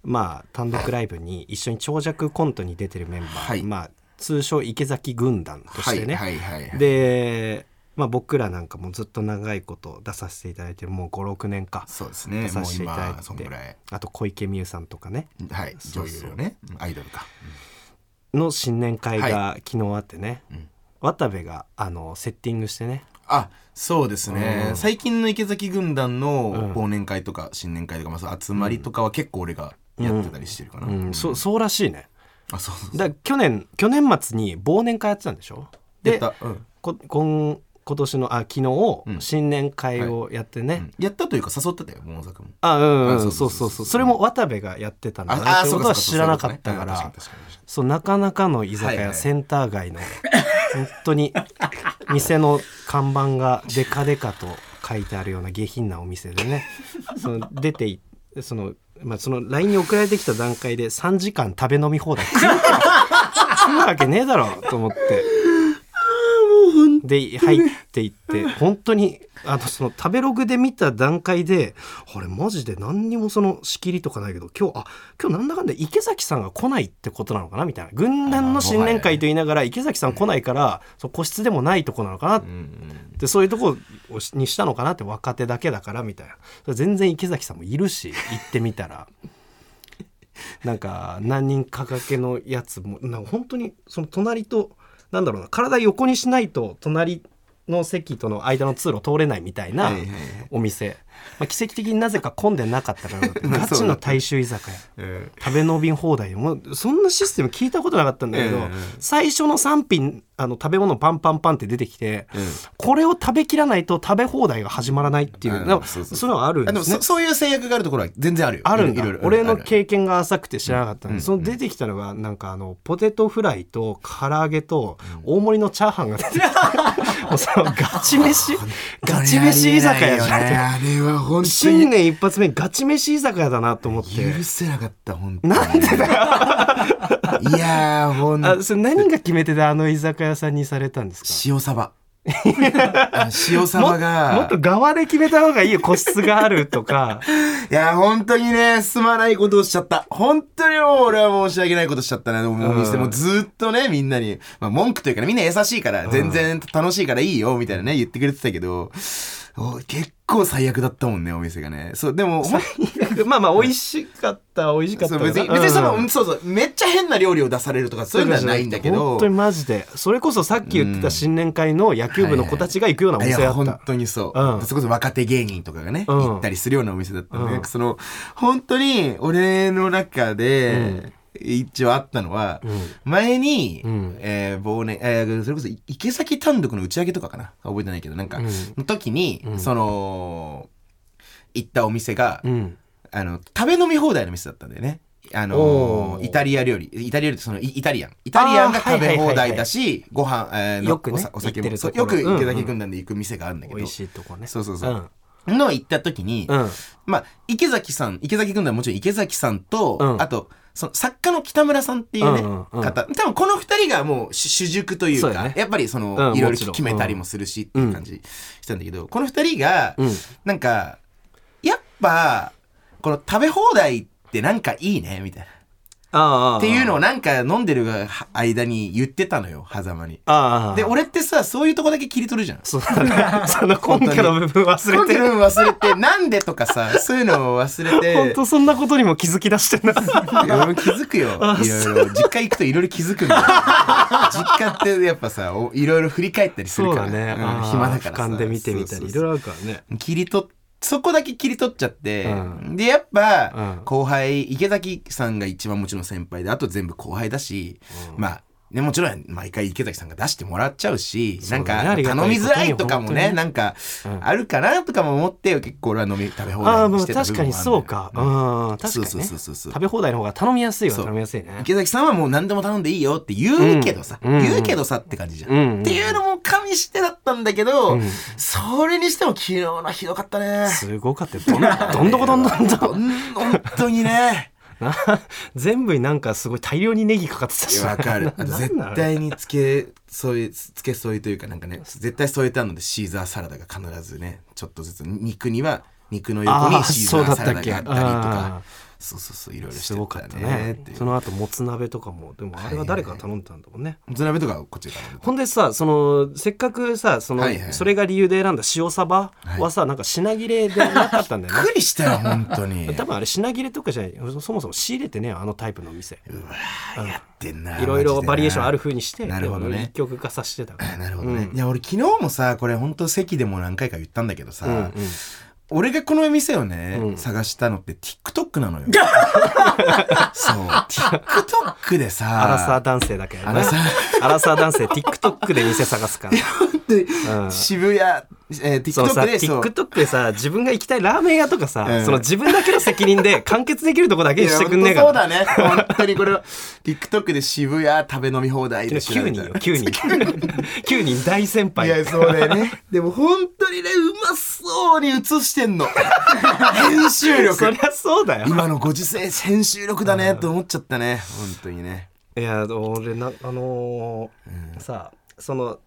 Speaker 2: まあ、単独ライブに一緒に長尺コントに出てるメンバー、
Speaker 3: はい
Speaker 2: まあ、通称池崎軍団としてね、
Speaker 3: はいはいはいはい、
Speaker 2: で、まあ、僕らなんかもずっと長いこと出させていただいてもう56年か
Speaker 3: そうですね
Speaker 2: 出さ
Speaker 3: もう
Speaker 2: せていただい
Speaker 3: 今
Speaker 2: て
Speaker 3: そんぐらい
Speaker 2: あと小池美優さんとかね
Speaker 3: はい
Speaker 2: そう
Speaker 3: 女
Speaker 2: そう
Speaker 3: 優よねアイドルか
Speaker 2: の新年会が昨日あってね、
Speaker 3: ん
Speaker 2: 渡部があのセッティングしてね
Speaker 3: あそうですね、
Speaker 2: うん
Speaker 3: 最近の池崎軍団
Speaker 2: うん
Speaker 3: の忘年会とか新年会とか、まあ、そう集まりとかは結構俺がやってたりしてるかな、
Speaker 2: うん、そそうらしいね
Speaker 3: あそうそう
Speaker 2: だから去年去年末に忘年会やってたんでしょ
Speaker 3: やっ
Speaker 2: で
Speaker 3: た、うん
Speaker 2: こ今今年のあ昨日、
Speaker 3: うん
Speaker 2: 新年会をやってね、
Speaker 3: うんやったというか誘ってたよ桃坂も
Speaker 2: あうんうん
Speaker 3: あ
Speaker 2: そ
Speaker 3: そうう
Speaker 2: そ
Speaker 3: そうう
Speaker 2: そ
Speaker 3: そうう
Speaker 2: それも渡部がやってたんだな
Speaker 3: あ
Speaker 2: ってことは知らなかった
Speaker 3: そうそうそう
Speaker 2: から
Speaker 3: 確かに確か
Speaker 2: そうなかなかの居酒
Speaker 3: はいは
Speaker 2: 屋
Speaker 3: い
Speaker 2: センター街の本当に店の看板がデカデカと書いてあるような下品なお店でねその出ていそのまあその LINE に送られてきた段階で3時間食べ飲み放題食うわけねえだろと思ってで入っていってって本当にあのその食べログで見た段階であれマジで何にもその仕切りとかないけど今日あ今日なんだかんだ池崎さんが来ないってことなのかなみたいな軍団の新年会と言いながら池崎さん来ないから、そう個室でもないとこなのかなっ
Speaker 3: うん
Speaker 2: でそういうとこをしにしたのかなって若手だけだからみたいなそれ全然池崎さんもいるし行ってみたら なんか何人かかけのやつもなんか本当にその隣となんだろうな体横にしないと隣の席との間の通路通れないみたいな
Speaker 3: はいはいはい
Speaker 2: お店、まあ、奇跡的になぜか混んでなかっ たからだってガチの大衆居酒屋。
Speaker 3: うん
Speaker 2: 食べ飲み放題もうそんなシステム聞いたことなかったんだけど、
Speaker 3: ええ
Speaker 2: 最初の3品あの食べ物パンパンパンって出てきて、これを食べきらないと食べ放題が始まらないっていう、
Speaker 3: うん
Speaker 2: なんか
Speaker 3: そうそう
Speaker 2: そういうのはあるん
Speaker 3: あ
Speaker 2: で
Speaker 3: でも
Speaker 2: すね
Speaker 3: そ。そういう制約があるところは全然あるよ
Speaker 2: あるんだ
Speaker 3: いろいろ
Speaker 2: 俺の
Speaker 3: ある
Speaker 2: 経験が浅くて知らなかったんで、
Speaker 3: うん
Speaker 2: その出てきたのがなんかあのポテトフライと唐揚げと大盛りのチャーハンが出てきて、 もうそのガチ飯ガチ飯居酒屋じゃん
Speaker 3: あれあれは本当
Speaker 2: 新
Speaker 3: に
Speaker 2: 年一発目ガチ飯居酒屋だなと思って
Speaker 3: 許せなかった本当に
Speaker 2: なんでだよ
Speaker 3: いやーほん
Speaker 2: あそれ何が決め手であの居酒屋さんにされたんですか
Speaker 3: 塩サバあの塩サバ
Speaker 2: もっ
Speaker 3: が
Speaker 2: と側で決めた方がいいよ個室があるとか
Speaker 3: いや本当にねすまないことをしちゃった本当にもう俺は申し訳ないことしちゃったなお店もずっとねみんなに、まあ、文句というかねみんな優しいから全然楽しいからいいよみたいなね言ってくれてたけどお結構最悪だったもんねお店がねそうでもほん
Speaker 2: まあまあ美味しかった美味しかっ
Speaker 3: そ
Speaker 2: た
Speaker 3: う
Speaker 2: かな
Speaker 3: 別に別にその、
Speaker 2: うん
Speaker 3: そうそうめっちゃ変な料理を出されるとかそういうのはないんだけど
Speaker 2: 本当にマジでそれこそさっき言ってた新年会の野球部の子たちが行くようなお
Speaker 3: い
Speaker 2: 店だ
Speaker 3: や
Speaker 2: っ
Speaker 3: 本
Speaker 2: た
Speaker 3: 当にそう、
Speaker 2: うん
Speaker 3: それこそ若手芸人とかがね、
Speaker 2: うん
Speaker 3: 行ったりするようなお店だったので、
Speaker 2: うん
Speaker 3: なんかその本当に俺の中
Speaker 2: うん
Speaker 3: で一応あったのは、前に、
Speaker 2: うん
Speaker 3: えー忘年、えーそれこそ池崎単独の打ち上げとかかな覚えてないけどなんか、
Speaker 2: うん
Speaker 3: の時に、
Speaker 2: うん
Speaker 3: その行ったお店が、
Speaker 2: うん
Speaker 3: あの食べ飲み放題の店だったんだよね。あの
Speaker 2: おー
Speaker 3: イタリア料理イタリア料理ってそのイイタリアンイタリアンが食べ放題だしご飯、えーの
Speaker 2: よくね
Speaker 3: おさお酒
Speaker 2: 行って
Speaker 3: も
Speaker 2: る
Speaker 3: そう
Speaker 2: と
Speaker 3: よ
Speaker 2: ころ
Speaker 3: く池崎軍団で行く店があるんだけど、
Speaker 2: 美味しいとこね
Speaker 3: そうそうそうんの行った時に、
Speaker 2: うん
Speaker 3: まあ池崎さん池崎軍団はもちろん池崎さんと、
Speaker 2: うん
Speaker 3: あとその作家の北村さんっていうね、
Speaker 2: うんうんうん
Speaker 3: 方多分この二人がもう主主軸という
Speaker 2: そう
Speaker 3: か
Speaker 2: だね
Speaker 3: やっぱりその、
Speaker 2: うん
Speaker 3: いろい
Speaker 2: も
Speaker 3: ろ
Speaker 2: ちろん
Speaker 3: 決めたりもするしっていう感じしたんだけど、この二人が、
Speaker 2: うん
Speaker 3: なんかやっぱこの食べ放題ってなんかいいねみたいな。
Speaker 2: ああああ
Speaker 3: っていうのをなんか飲んでるが間に言ってたのよ狭間に。
Speaker 2: ああああ
Speaker 3: で俺ってさそういうとこだけ切り取るじゃん。
Speaker 2: そうだねその根拠の部分忘れ
Speaker 3: 忘
Speaker 2: て
Speaker 3: れて
Speaker 2: る
Speaker 3: る忘れて なんでとかさそういうのを忘れて
Speaker 2: 本当そんなことにも気づき出してんな
Speaker 3: いや俺も気づくよいろいろ実家行くといろいろ気づくんだよ実家ってやっぱさおいろいろ振り返ったりす
Speaker 2: そ
Speaker 3: る
Speaker 2: う
Speaker 3: か
Speaker 2: だ
Speaker 3: ら、
Speaker 2: ね
Speaker 3: うん
Speaker 2: ああ
Speaker 3: 暇だからさ
Speaker 2: 俯瞰で見てみた
Speaker 3: そ
Speaker 2: り
Speaker 3: う
Speaker 2: い
Speaker 3: そ
Speaker 2: ろ
Speaker 3: う
Speaker 2: い
Speaker 3: そう
Speaker 2: ろあるからね
Speaker 3: 切り取っそこだけ切り取っちゃって、
Speaker 2: うん
Speaker 3: でやっぱ、
Speaker 2: うん
Speaker 3: 後輩池崎さんが一番もちろん先輩であと全部後輩だし、まあね、もちろん毎回池崎さんが出してもらっちゃうし
Speaker 2: そ
Speaker 3: な
Speaker 2: うんだね
Speaker 3: か
Speaker 2: ありがたいこと
Speaker 3: 頼み
Speaker 2: に
Speaker 3: づらいとかも
Speaker 2: 本当
Speaker 3: ね
Speaker 2: に
Speaker 3: なんか
Speaker 2: うん
Speaker 3: あるかなとかも思って結構俺は飲み食べ放
Speaker 2: あ
Speaker 3: 題
Speaker 2: あ
Speaker 3: に
Speaker 2: まあ
Speaker 3: してた
Speaker 2: 確
Speaker 3: 部分も
Speaker 2: か
Speaker 3: あるんだよ
Speaker 2: にそうかうん確か
Speaker 3: そう
Speaker 2: に
Speaker 3: そう
Speaker 2: ね
Speaker 3: そうそうそう
Speaker 2: 食べ放題の方が頼みやすいは
Speaker 3: そう
Speaker 2: 頼みやすいね。
Speaker 3: 池崎さんはもう何でも頼んでいいよって言うけどさ、
Speaker 2: うん
Speaker 3: 言うけどさって感じじゃん。
Speaker 2: うん
Speaker 3: っていうのも加味してだったんだけど、
Speaker 2: うん
Speaker 3: それにしても昨日のひどかったね。
Speaker 2: すごかったよ。ど んどんどこどんどんどん。
Speaker 3: ん本当にね。
Speaker 2: な全部になんかすごい大量にネギかかってたし。
Speaker 3: わかる。あと
Speaker 2: ななんな
Speaker 3: 絶
Speaker 2: の
Speaker 3: 対につけ添え、つけ添えというかなんかね、絶対添えてあるのでシーザーサラダが必ずね、ちょっとずつ肉には、肉の横
Speaker 2: あ
Speaker 3: に
Speaker 2: あ
Speaker 3: シ
Speaker 2: そ
Speaker 3: ー
Speaker 2: うだ
Speaker 3: ザ
Speaker 2: っ
Speaker 3: ーサラ
Speaker 2: た
Speaker 3: ダ
Speaker 2: っけ。
Speaker 3: があ
Speaker 2: あ
Speaker 3: ったりとか
Speaker 2: あ。
Speaker 3: そうそうそう、いろいろし
Speaker 2: す
Speaker 3: て
Speaker 2: ごかったた
Speaker 3: ね
Speaker 2: ね
Speaker 3: ってい。う。
Speaker 2: その後もつ鍋とかもでもあれは誰かが頼んでたんだもんね。
Speaker 3: もつ鍋とかはこっちで頼んでた
Speaker 2: ほんでさそのせっかくさその、
Speaker 3: はいはい
Speaker 2: それが理由で選んだ塩サバはさ、なんか品切れでなかったんだ よ
Speaker 3: びっ
Speaker 2: ね。
Speaker 3: くりしたよ、本当に。
Speaker 2: 多分あれ品切れとかじゃないそもそも仕入れてねえよあのタイプのお店
Speaker 3: うわーやってんない
Speaker 2: ろいろバリエーションある
Speaker 3: ふ
Speaker 2: 風にして
Speaker 3: なるほどね
Speaker 2: 一曲化させてたから
Speaker 3: なるほどね、
Speaker 2: うん
Speaker 3: いや俺昨日もさこれ本当席でも何回か言ったんだけどさ、
Speaker 2: うんうん
Speaker 3: 俺がこの店をね、
Speaker 2: うん
Speaker 3: 探したのって TikTok なの よそう TikTok でさ
Speaker 2: アラサー男性だけどね
Speaker 3: アラサー
Speaker 2: アラサー男性 TikTok で店探すから
Speaker 3: で
Speaker 2: うん
Speaker 3: 渋谷、えー
Speaker 2: そうさ
Speaker 3: TikTok でそう
Speaker 2: TikTok でさ自分が行きたいラーメン屋とかさ、
Speaker 3: うん
Speaker 2: その自分だけの責任で完結できるとこだけにしてくんねえ
Speaker 3: い
Speaker 2: か
Speaker 3: や
Speaker 2: ら
Speaker 3: 本当そうだね本当にこれは TikTok で渋谷食べ飲み放題で調
Speaker 2: 9
Speaker 3: べ
Speaker 2: 人
Speaker 3: た
Speaker 2: よ9人9人大先輩
Speaker 3: いや、そうだよね。でも本当にね、うまそうに映してんの。編集
Speaker 2: そ
Speaker 3: 力
Speaker 2: り。ゃそうだよ
Speaker 3: 今のご時世、編集力だね、と思っちゃったね。本当にね。
Speaker 2: いや俺なあのーさその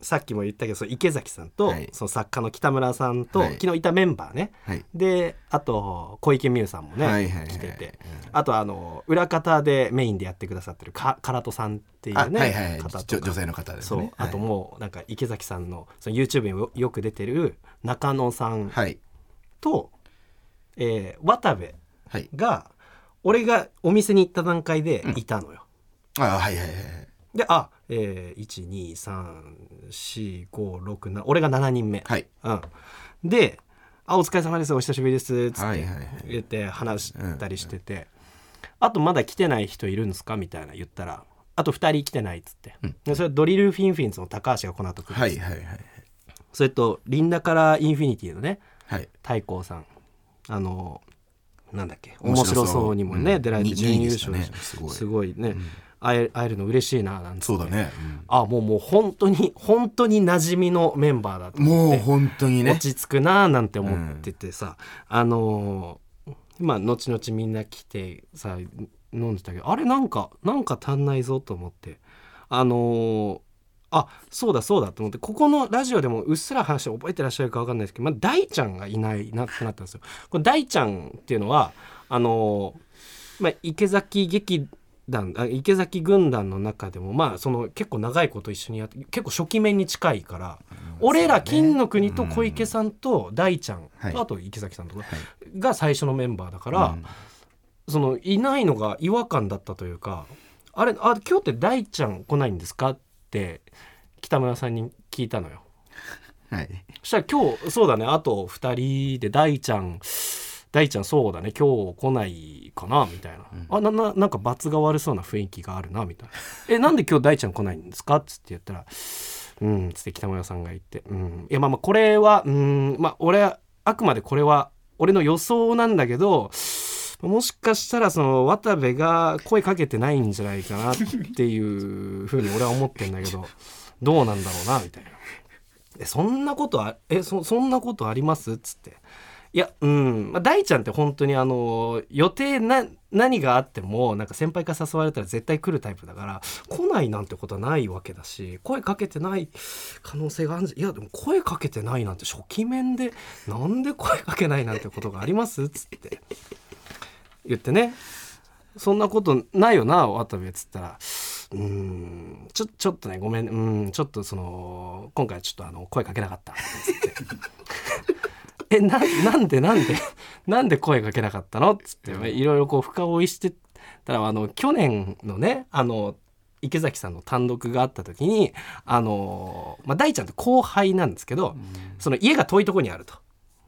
Speaker 2: さっきも言ったけどその池崎さんと、
Speaker 3: はい
Speaker 2: その作家の北村さんと、
Speaker 3: はい
Speaker 2: 昨日いたメンバーね
Speaker 3: はい
Speaker 2: であと小池美優さんもね、
Speaker 3: はいはいはい
Speaker 2: 来ててあとあの裏方でメインでやってくださってるか唐戸さんってい
Speaker 3: あ
Speaker 2: うね、
Speaker 3: はいはい
Speaker 2: 方
Speaker 3: じ
Speaker 2: と
Speaker 3: ょ女
Speaker 2: か
Speaker 3: 性の方です
Speaker 2: そう、
Speaker 3: ね
Speaker 2: あともうなんか池崎さんのその YouTube にもよく出てる中野さん
Speaker 3: はい
Speaker 2: と、えー渡部
Speaker 3: はい
Speaker 2: が俺がお店に行った段階でいたのよ。
Speaker 3: あはいはいはいはい
Speaker 2: であえー、1234567俺が7人目、
Speaker 3: はい
Speaker 2: うん、で「あお疲れ様ですお久しぶりです」つっ
Speaker 3: はい
Speaker 2: て
Speaker 3: はいはい
Speaker 2: 言って話したりしてて「あとまだ来てない人いるんですか?」みたいな言ったら「あと2人来てない」っつって、でそれはドリルフィンフィンズの高橋がこの後来るんです
Speaker 3: はいはいはい
Speaker 2: それとリンダからインフィニティのね
Speaker 3: はい
Speaker 2: 太閤さんあのなんだっけ面
Speaker 3: 面
Speaker 2: 白
Speaker 3: 白
Speaker 2: そ
Speaker 3: そう
Speaker 2: うにもね、
Speaker 3: うん
Speaker 2: 出られて
Speaker 3: に
Speaker 2: 準
Speaker 3: に
Speaker 2: 優
Speaker 3: 位でした
Speaker 2: 勝
Speaker 3: ね
Speaker 2: して
Speaker 3: すごい
Speaker 2: すごいね、会え会えるの嬉しいななんて
Speaker 3: そうだね
Speaker 2: あもうもう本当に本当に馴染みのメンバーだと
Speaker 3: うんもう本当にね
Speaker 2: 落ち着くななんて思っててさ、あのーまあ後々みんな来てさ飲んでたけどあれなんかなんか足んないぞと思ってあのーあそうだそうだと思ってここのラジオでもうっすら話覚えてらっしゃるか分かんないですけど、まあ、大ちゃんがいないなってなったんですよ。これ大ちゃんっていうのはあのーまあ、池崎劇団あ池崎軍団の中でも、まあ、その結構長いこと一緒にやって結構初期面に近いから、俺ら金の国と小池さんと大ちゃん、
Speaker 3: はい
Speaker 2: あと池崎さんとかが最初のメンバーだから、
Speaker 3: うん
Speaker 2: そのいないのが違和感だったというか「あれあ今日って大ちゃん来ないんですか?」って北村さんに聞いたのよ。
Speaker 3: はい
Speaker 2: そしたら今日そうだねあと2人で大ちゃん大ちゃんそうだね今日来ないかなみたいな、あなななんか罰が悪そうな雰囲気があるなみたいな「えなんで今日大ちゃん来ないんですか?」っつって言ったら「うん」っつって北村さんが言って「うんいやまあまあこれはうんまあ俺はあくまでこれは俺の予想なんだけどもしかしたらその渡部が声かけてないんじゃないかなっていうふうに俺は思ってんだけどどうなんだろうなみたいな。えそんなことあえそそんなことありますっつっていやうん、まあ、大ちゃんって本当にあの予定な何があってもなんか先輩から誘われたら絶対来るタイプだから来ないなんてことはないわけだし声かけてない可能性があるんじゃいやでも声かけてないなんて初期面でなんで声かけないなんてことがありますっつって言ってねそんなことないよな渡部っつったら「うーんちょちょっとねごめんねうーんちょっとその今回ちょっとあの声かけなかった」つって「 えななんでなんでなんで声かけなかったの?」っつっていろいろこう深追いしてたらあの去年のねあの池崎さんの単独があった時にあの、まあ、大ちゃんって後輩なんですけど、その家が遠いとこにあると。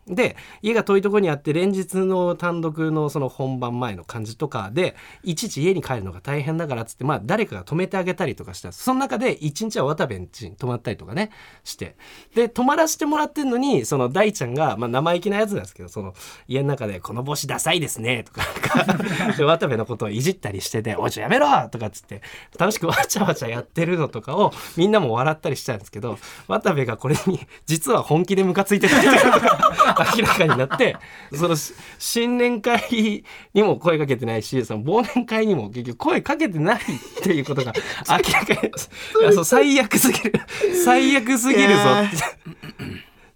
Speaker 2: で家が遠いとこにあって連日の単独のその本番前の感じとかでいちいち家に帰るのが大変だからっつってまあ誰かが泊めてあげたりとかしたその中で一日は渡部んちに泊まったりとかねしてで泊まらせてもらってんのにその大ちゃんが、まあ、生意気なやつなんですけどその家の中で「この帽子ダサいですね」とか なんかで渡部のことをいじったりしてて「おいちょやめろ!」とかっつって楽しくわちゃわちゃやってるのとかをみんなも笑ったりしたんですけど渡部がこれに実は本気でムカついてたっていうのが明らかになってそのし新年会にも声かけてないしその忘年会にも結局声かけてないっていうことが明らかにいやそう最悪すぎる最悪すぎるぞってっ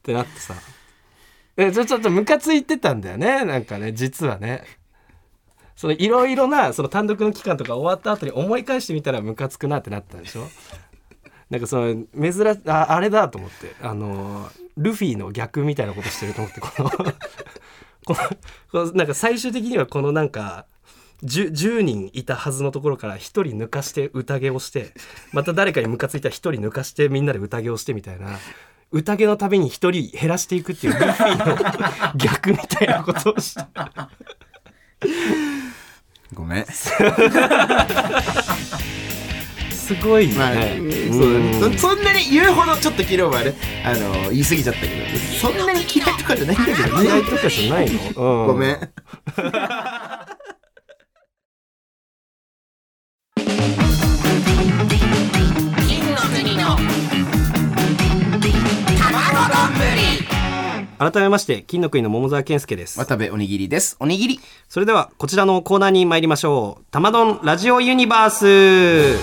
Speaker 2: てなってさでちょちょっとムカついてたんだよねなんかね実はねそのいろいろなその単独の期間とか終わった後に思い返してみたらムカつくなってなったでしょなんかその珍しああれだと思ってあのールフィの逆みたいなことしてると思ってこのこのこのなんか最終的にはこのなんか 10, 10人いたはずのところから1人抜かして宴をしてまた誰かにムカついたら1人抜かしてみんなで宴をしてみたいな宴のたびに1人減らしていくっていうルフィの 逆みたいなことをして
Speaker 3: ご めん
Speaker 2: すごいよね、
Speaker 3: まあ、そうそんなに言うほどちょっと昨日はねあの言い過ぎちゃったけどそんなに嫌いとかじゃないんだけどね
Speaker 2: 嫌いとかじゃないの、 う
Speaker 3: ごめん
Speaker 2: 改めまして金の国の桃沢健介です
Speaker 3: 渡部おにぎりですおにぎり
Speaker 2: それではこちらのコーナーに参りましょう「玉丼ラジオユニバース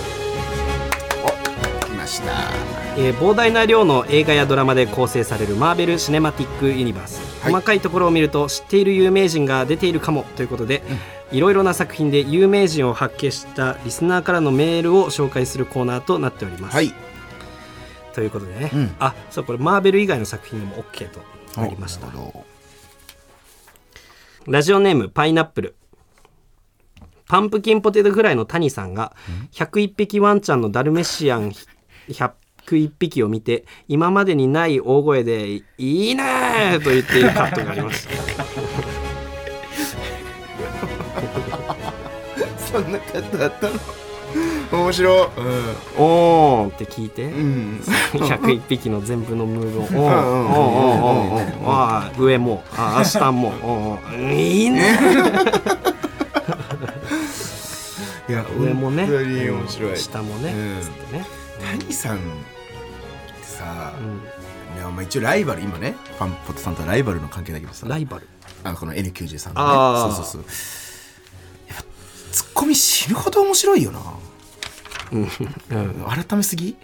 Speaker 3: お来ました」
Speaker 2: えー膨大な量の映画やドラマで構成されるマーベル・シネマティック・ユニバース、
Speaker 3: はい
Speaker 2: 細かいところを見ると知っている有名人が出ているかもということで、いろいろな作品で有名人を発見したリスナーからのメールを紹介するコーナーとなっております、
Speaker 3: はい
Speaker 2: ということでね、
Speaker 3: うん
Speaker 2: あそうこれマーベル以外の作品でも OK となりました
Speaker 3: なるほ
Speaker 2: ラジオネームパイナップルパンプキンポテトフライの谷さんが101匹ワンちゃんのダルメシアン101匹を見て今までにない大声で「いいね!」と言っているカットがありました
Speaker 3: どそんな方だったの面白い
Speaker 2: 「おーん」って聞いて
Speaker 3: うん、うん、
Speaker 2: 101匹の全部のムーブを「おーんおーん
Speaker 3: ん
Speaker 2: おーんおーんおーんあー上もあー下もおーんおーんいいね!
Speaker 3: いや」
Speaker 2: 上もね
Speaker 3: 本当に面白い、
Speaker 2: 下もね
Speaker 3: うん
Speaker 2: つってね
Speaker 3: 谷さんってさ、
Speaker 2: うん
Speaker 3: いやまあ一応ライバル今ねパンポテさんとライバルの関係だけどさ
Speaker 2: ライバル
Speaker 3: あこの N93 の
Speaker 2: あー
Speaker 3: ねそうそうそうやっぱツッコミ死ぬほど面白いよな
Speaker 2: うん
Speaker 3: 改めす ぎ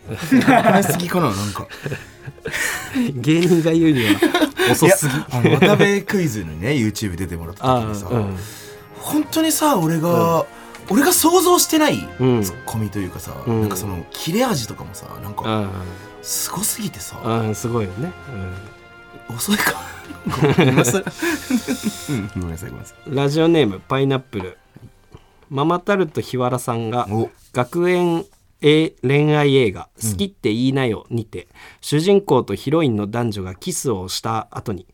Speaker 3: 改めすぎかななんか
Speaker 2: 芸人が言うには遅すぎ
Speaker 3: いやあの渡辺クイズにね YouTube 出てもらった時にさ、
Speaker 2: うん
Speaker 3: 本当にさ俺が、俺が想像してないツ
Speaker 2: うん
Speaker 3: ッコミというかさ、
Speaker 2: うん
Speaker 3: なんかその切れ味とかもさなん
Speaker 2: う
Speaker 3: か
Speaker 2: ん
Speaker 3: すごすぎてさ、
Speaker 2: うん、うん、すごいよね、
Speaker 3: 遅いかごめんなさいうんごめんなさいごめんなさい
Speaker 2: うん、ラジオネームパイナップルママタルト日原さんが
Speaker 3: お
Speaker 2: 学園え恋愛映画「好きって言いなよ」にて、主人公とヒロインの男女がキスをした後に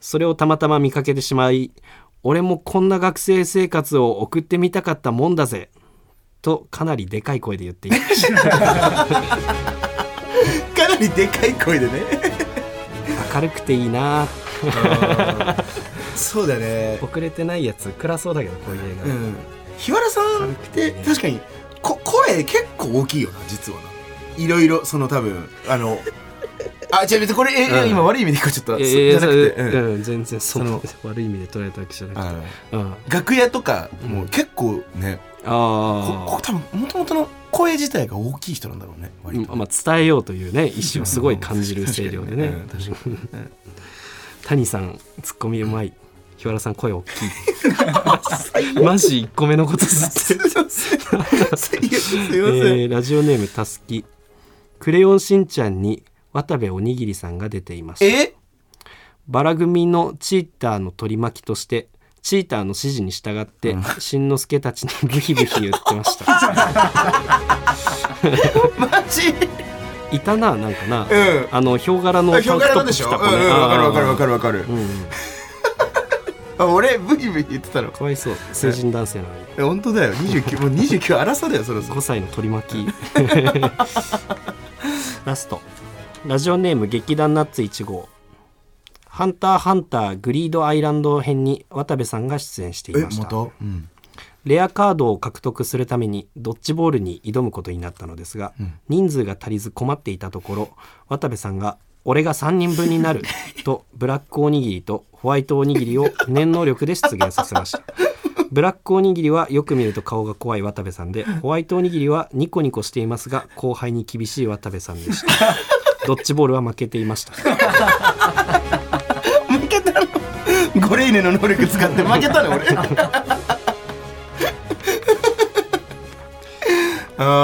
Speaker 2: それをたまたま見かけてしまい「俺もこんな学生生活を送ってみたかったもんだぜ」とかなりでかい声で言って いました
Speaker 3: かなりでかい声でね
Speaker 2: 明るくていいな
Speaker 3: そうだね
Speaker 2: 遅れてないやつ暗そうだけどこういう映画、
Speaker 3: うん日原さんって確かにこ声結構大きいよな実はないろいろその多分あのあ違う別にこれ、え
Speaker 2: うん
Speaker 3: 今悪い意味で聞こえちゃった
Speaker 2: いやいや
Speaker 3: じゃなくて、
Speaker 2: それ
Speaker 3: うん
Speaker 2: うん全然その悪い意味で捉えたわけじゃな
Speaker 3: あ
Speaker 2: くて
Speaker 3: の
Speaker 2: うん
Speaker 3: 楽屋とかもう結構ね、ここ
Speaker 2: あ
Speaker 3: 多分もともとの声自体が大きい人なんだろうね割と、
Speaker 2: あまあ伝えようというね意思をすごい感じる声量でね
Speaker 3: うん確かにねうん
Speaker 2: 谷さんツッコミうまい日原さん声大きい マジ1個目のことずっ と
Speaker 3: すいませんすいませんすいません、
Speaker 2: えーラジオネームたすき「クレヨンしんちゃん」に渡部おにぎりさんが出ていました
Speaker 3: え
Speaker 2: バラ組のチーターの取り巻きとしてチーターの指示に従って、しんのすけたちにブヒブヒ言ってました
Speaker 3: マジ
Speaker 2: いたななんかな、
Speaker 3: ん
Speaker 2: あのヒョウ柄の
Speaker 3: あ表柄なんでしょ
Speaker 2: タ
Speaker 3: わ、
Speaker 2: ンクトップ
Speaker 3: うん
Speaker 2: 着
Speaker 3: うん、わかるわかるわ
Speaker 2: た
Speaker 3: かるわかる
Speaker 2: 子ね、うんうん、
Speaker 3: あ俺ブイブイ言ってたの
Speaker 2: かわ いそう成人男性なのに
Speaker 3: え本当だよ29もう29荒さだよそろそろ
Speaker 2: 5歳の取 り巻きラストラジオネーム劇団ナッツ1号「ハンターハンターグリードアイランド編」に渡部さんが出演していました
Speaker 3: うん
Speaker 2: レアカードを獲得するためにドッジボールに挑むことになったのですが、人数が足りず困っていたところ渡部さんが「俺が3人分になる」とブラックおにぎりとホワイトおにぎりを念能力で出現させました。ブラックおにぎりはよく見ると顔が怖い渡部さんでホワイトおにぎりはニコニコしていますが後輩に厳しい渡部さんでしたドッジボールは負けていました
Speaker 3: 負けたのゴレイネの能力使 って負けたの俺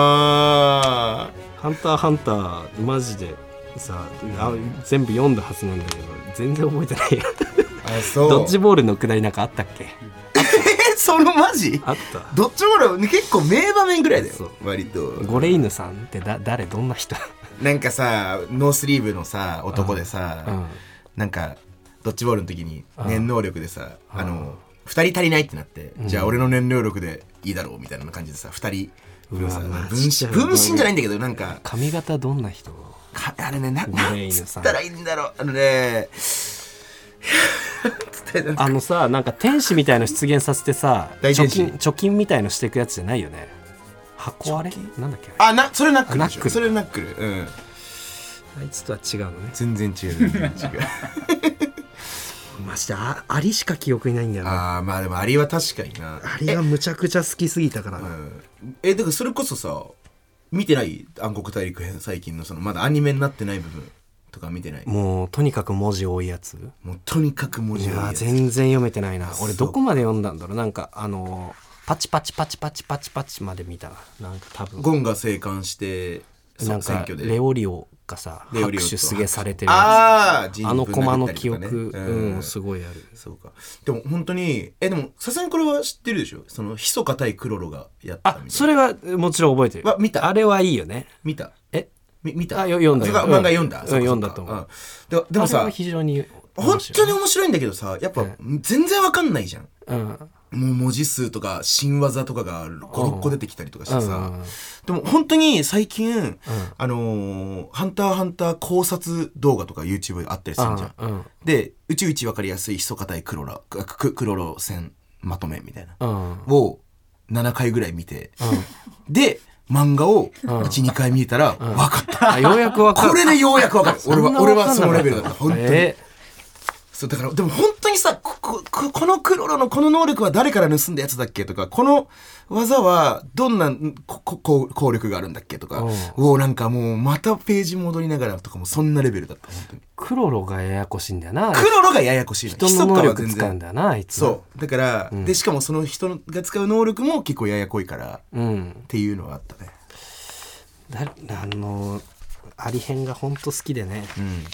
Speaker 3: あ
Speaker 2: 「ハンターハンター」マジでさあ全部読んだはずなんだけど全然覚えてないよ
Speaker 3: ーあそう
Speaker 2: ドッジボールのくだりなんかあったっけ
Speaker 3: えそのマジ
Speaker 2: あった
Speaker 3: どっちも俺結構名場面ぐらいだよ
Speaker 2: そう
Speaker 3: 割と
Speaker 2: ゴレイヌさんってだ誰どんな人、
Speaker 3: なんかさノースリーブのさ男でさ、
Speaker 2: うん、
Speaker 3: なんかドッジボールの時に
Speaker 2: ああ
Speaker 3: 念能力でさ
Speaker 2: あ
Speaker 3: あの2人足りないってなって、
Speaker 2: ん
Speaker 3: じゃあ俺の念能力でいいだろうみたいな感じでさ2人
Speaker 2: うわ
Speaker 3: さ
Speaker 2: マ
Speaker 3: 分
Speaker 2: ジ
Speaker 3: 身
Speaker 2: じゃん
Speaker 3: 分身じゃないんだけどなんか
Speaker 2: 髪型どんな人
Speaker 3: かあれねな
Speaker 2: グ
Speaker 3: な
Speaker 2: レイ
Speaker 3: ん
Speaker 2: ヌ
Speaker 3: つ
Speaker 2: さん
Speaker 3: ったらいいんだろうあのねつったらいいんだろ
Speaker 2: あのさなんか天使みたいの出現させてさ
Speaker 3: 大
Speaker 2: 貯
Speaker 3: 天使
Speaker 2: 金貯金みたいのしていくやつじゃないよね箱あれなんだっけあ
Speaker 3: うあなそれナックルでしょ
Speaker 2: あナックル
Speaker 3: それナックルうん
Speaker 2: れあいつとは違うのね
Speaker 3: 全然違う全 然違う
Speaker 2: マジであアリしか記憶にないんだよな
Speaker 3: ああまあでもアリは確かにな
Speaker 2: アリがむちゃくちゃ好きすぎたから
Speaker 3: うんえだからそれこそさ見てない暗黒大陸編最近のそのまだアニメになってない部分とか見てない
Speaker 2: もうとにかく文字多いやつ
Speaker 3: もうとにかく文
Speaker 2: い
Speaker 3: 字が
Speaker 2: や
Speaker 3: 多いやつ
Speaker 2: 全然読めてないな
Speaker 3: そう
Speaker 2: 俺どこまで読んだんだろうなんかあのパチパチパチパチパチパチまで見たななんか多分
Speaker 3: ゴンが生還してそ
Speaker 2: なん
Speaker 3: 選
Speaker 2: か
Speaker 3: 挙で
Speaker 2: レオリオがさ
Speaker 3: レオリ
Speaker 2: 拍
Speaker 3: オと
Speaker 2: 手すげえされてるや
Speaker 3: あ
Speaker 2: つ
Speaker 3: ー
Speaker 2: あのコマの記
Speaker 3: ジーン
Speaker 2: 憶
Speaker 3: ブ殴ったりとかね
Speaker 2: う
Speaker 3: うん
Speaker 2: んすごいある
Speaker 3: そうかでも本当にえでもさすがにこれは知ってるでしょその密か対クロロがやったみ
Speaker 2: あ
Speaker 3: たいな
Speaker 2: それはもちろん覚えてる
Speaker 3: わ見た
Speaker 2: あれはいいよね
Speaker 3: 見た
Speaker 2: え
Speaker 3: み見た
Speaker 2: あよ読んだ
Speaker 3: そうか
Speaker 2: よ
Speaker 3: 漫画読んだ、
Speaker 2: うん
Speaker 3: そうかそ
Speaker 2: うん
Speaker 3: うか
Speaker 2: 読んだと思うん
Speaker 3: ででも
Speaker 2: あれ
Speaker 3: さ
Speaker 2: は非常に面
Speaker 3: 本当
Speaker 2: 白い
Speaker 3: に面白いんだけどさやっぱ全然わかんないじゃん
Speaker 2: うん
Speaker 3: もう文字数とか新技とかが56個出てきたりとかして
Speaker 2: う
Speaker 3: さ
Speaker 2: ん
Speaker 3: でも本当に最近あのーハンターハンター」考察動画とか YouTube あったりするじゃん
Speaker 2: うん
Speaker 3: でうちうちわかりやすいひそかたいクロラくくクロロ戦まとめみたいな
Speaker 2: うん
Speaker 3: を7回ぐらい見てで漫画を12回見たら分かった
Speaker 2: あようやくわかる
Speaker 3: これでようやく分 かる俺は俺はそのレベルだった本当に
Speaker 2: え
Speaker 3: そうだからでも本当にさここここのクロロのこの能力は誰から盗んだやつだっけとかこの技はどんなんこここう効力があるんだっけとか
Speaker 2: うん
Speaker 3: をなんかもうまたページ戻りながらとかもそんなレベルだった本当に
Speaker 2: クロロがややこしいんだよな
Speaker 3: クロロがややこしい
Speaker 2: 人の能力使うんだよなあいつ
Speaker 3: そうだから、でしかもその人が使う能力も結構ややこいからっ
Speaker 2: ううん
Speaker 3: ていうのはあったね
Speaker 2: だあのアリ編がほんと好きでね
Speaker 3: うん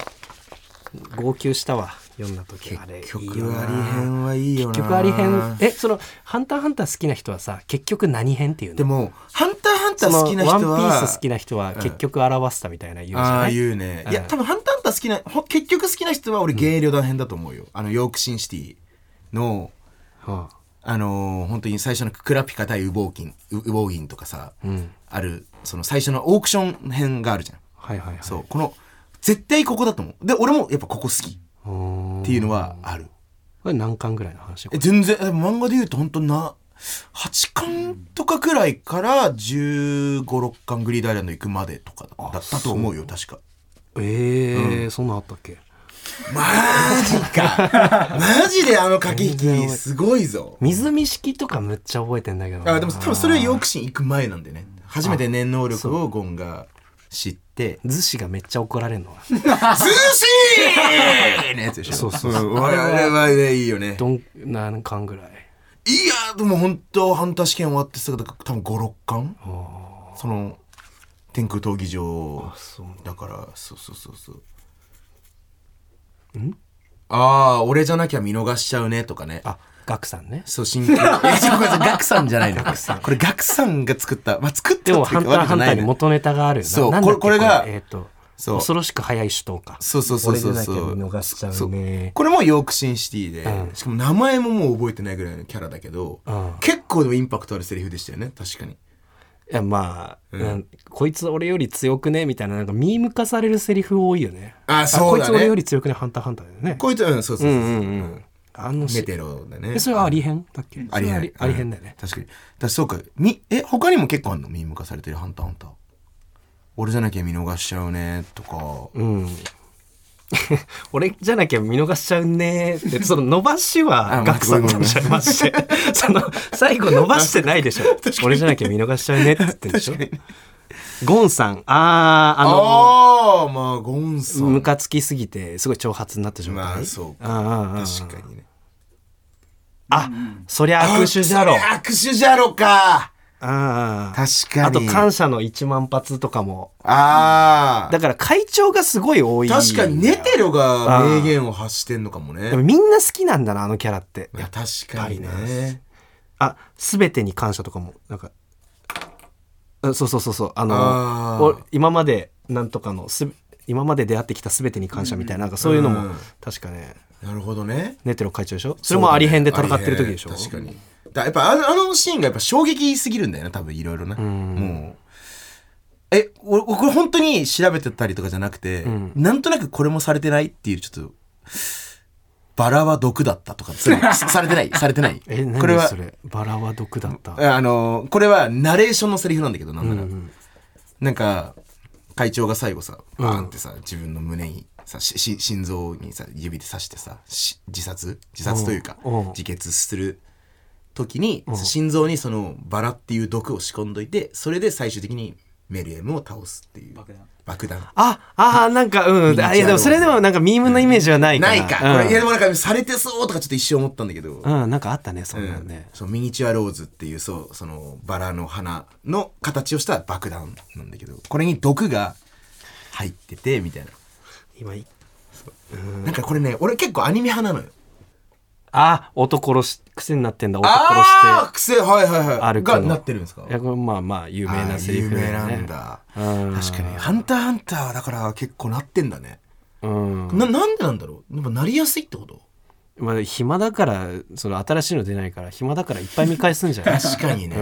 Speaker 2: 号泣したわ読んだ時あれ
Speaker 3: 結
Speaker 2: いい
Speaker 3: 局
Speaker 2: よ
Speaker 3: あ
Speaker 2: な
Speaker 3: り編はいいよな
Speaker 2: 結局あり編えその「ハンターハンター」好きな人はさ結局何編っていうの
Speaker 3: でも「ハンターハンター」
Speaker 2: その
Speaker 3: 好きな人は
Speaker 2: ワンピース好きな人は結局表したみたいな言うじ
Speaker 3: あ
Speaker 2: ゃ
Speaker 3: あ
Speaker 2: ない、
Speaker 3: 言うね、いや
Speaker 2: うん
Speaker 3: 多分ハンターハンター好きなほ結局好きな人は俺芸旅団編だと思うよ、あのヨークシンシティの
Speaker 2: は
Speaker 3: あのー本当に最初のクラピカ対ウボウキンウウボウギンとかさ、
Speaker 2: ん
Speaker 3: あるその最初のオークション編があるじゃん
Speaker 2: あはいはいはい
Speaker 3: そうこの絶対ここだと思うで俺もやっぱここ好き
Speaker 2: うーん
Speaker 3: っていうのはある、
Speaker 2: これ何巻ぐらいの話
Speaker 3: え全然え漫画で言うと本当な8巻とかくらいから1 5 6巻グリーンアイランド行くまでとかだったと思うよ確か
Speaker 2: ええーそんなんあったっけ
Speaker 3: マジかマジであの駆け引きすごいぞ
Speaker 2: 水見式とかむっちゃ覚えてんだけどな
Speaker 3: あでも多分それはヨークシン行く前なんでね初めて念能力をゴンが知って
Speaker 2: 寿司がめっちゃ怒られる のは
Speaker 3: 「ズシー!」のやつでしょ
Speaker 2: そうそうそうん
Speaker 3: あれはねいいよね
Speaker 2: どん何巻ぐらい
Speaker 3: いやでも本当ハンター試験終わってすぐだから多分56巻その天空闘技場
Speaker 2: そう
Speaker 3: だからそうそうそうそうんああー俺じゃなきゃ見逃しちゃうねとかね
Speaker 2: あガクさんね
Speaker 3: そう 新えちょっとごめんなさいガクさんじゃないの これガクさんが作ったまあ作った
Speaker 2: でも「
Speaker 3: ってい
Speaker 2: ハン
Speaker 3: う
Speaker 2: タ
Speaker 3: かわ
Speaker 2: ー
Speaker 3: けじゃ
Speaker 2: ハンタ
Speaker 3: ない
Speaker 2: ー」に
Speaker 3: の
Speaker 2: 元ネタがあるよな
Speaker 3: そう
Speaker 2: なんだっけ
Speaker 3: これこれが
Speaker 2: えっ、と
Speaker 3: そう
Speaker 2: 恐ろしく早い首刀か
Speaker 3: そうそうそうそうそう
Speaker 2: 俺でなきゃ見逃しちゃ
Speaker 3: そうう
Speaker 2: ね
Speaker 3: これもヨークシンシティで、
Speaker 2: うん
Speaker 3: しかも名前ももう覚えてないぐらいのキャラだけど、
Speaker 2: うん
Speaker 3: 結構でもインパクトあるセリフでしたよね確かに
Speaker 2: いやまあ、なんこいつ俺より強くねみたいななんかミーム化されるセリフ多いよね
Speaker 3: あそうだね
Speaker 2: こいつ俺より強くねハンターハンターだよね
Speaker 3: こいつうんそうそうそうそう、うん
Speaker 2: あのし
Speaker 3: メテロだね
Speaker 2: えそれはありへんだっけ
Speaker 3: ありへ
Speaker 2: そ
Speaker 3: ん
Speaker 2: れはありへんだよね、
Speaker 3: 確かにだからそうかみえ他にも結構あんのミーム化されてるハンターハンター俺じゃなきゃ見逃しちゃうねとか、
Speaker 2: うん。 俺じゃなきゃ見逃しちゃうねーってその伸ばし
Speaker 3: あ
Speaker 2: は
Speaker 3: まあ
Speaker 2: ガクさんなんじゃまして その最後伸ばしてないでしょ俺じゃなきゃ見逃しちゃうねって言ってるでしょゴンさんあーあの
Speaker 3: ああまあゴンさん
Speaker 2: ムカつきすぎてすごい挑発になった状態、
Speaker 3: まあそうか
Speaker 2: ああああ
Speaker 3: 確かにね
Speaker 2: あそりゃ握手じゃろ
Speaker 3: あ握手じゃろか
Speaker 2: ああ
Speaker 3: 確かに
Speaker 2: あと感謝の1万発とかも
Speaker 3: ああ
Speaker 2: だから会長がすごい多い
Speaker 3: 確かにネテロが名言を発してんのかもね
Speaker 2: でもみんな好きなんだなあのキャラって
Speaker 3: いや確かにね
Speaker 2: あ、すべてに感謝とかも、なんか、あそうそうそうそう、あの、
Speaker 3: あー
Speaker 2: お今までなんとかのす、今まで出会ってきたすべてに感謝みたいな、なんかそういうの
Speaker 3: う
Speaker 2: も
Speaker 3: ん、
Speaker 2: 確かね、
Speaker 3: なるほどね
Speaker 2: ネテロ会長でしょそれもアリ編で戦ってる時でしょ、
Speaker 3: そうだねアリ編確かにだやっぱあのあのシーンがやっぱ衝撃すぎるんだよな多分いろいろなもうえ俺俺これ本当に調べてたりとかじゃなくて、なんとなくこれもされてないっていうちょっとバラは毒だったとかそれされてないされてない
Speaker 2: え、何
Speaker 3: これは
Speaker 2: それバラは毒だった。
Speaker 3: あのこれはナレーションのセリフなんだけどなんなら、なんか会長が最後さバーンってさ、自分の胸にさしし心臓にさ指で刺してさし自殺自殺というか
Speaker 2: うんうん
Speaker 3: 自決する時に心臓にそのバラっていう毒を仕込んどいてそれで最終的にメルエムを倒すっていう
Speaker 4: 爆弾
Speaker 3: 爆弾
Speaker 2: ああーなんかうんあいやでもそれでもなんかミームのイメージはないか
Speaker 3: ない
Speaker 2: ら
Speaker 3: か、
Speaker 2: うん
Speaker 3: これいやでもなんかされてそうとかちょっと一瞬思ったんだけど、
Speaker 2: うんなんかあったねそんなんね、
Speaker 3: そうミニチュアローズっていうそうそのバラの花の形をした爆弾なんだけどこれに毒が入っててみたいな、
Speaker 2: 今い
Speaker 3: なんかこれね俺結構アニメ派なのよ
Speaker 2: あ男殺し癖になってんだ男
Speaker 3: ああー
Speaker 2: 殺
Speaker 3: 癖はいはいはい
Speaker 2: あるか
Speaker 3: が
Speaker 2: の
Speaker 3: なってるんですか
Speaker 2: していやこれまあまあ有名なセリフ
Speaker 3: あー有
Speaker 2: だ
Speaker 3: 名
Speaker 2: よ
Speaker 3: なん
Speaker 2: ね
Speaker 3: だ
Speaker 2: うん
Speaker 3: 確かに「ハンターハンター」だから結構なってんだね
Speaker 2: うん
Speaker 3: ななんでなんだろうやっぱなりやすいってこと
Speaker 2: まあ暇だからその新しいの出ないから暇だからいっぱい見返すんじ ゃない
Speaker 3: 確かにね、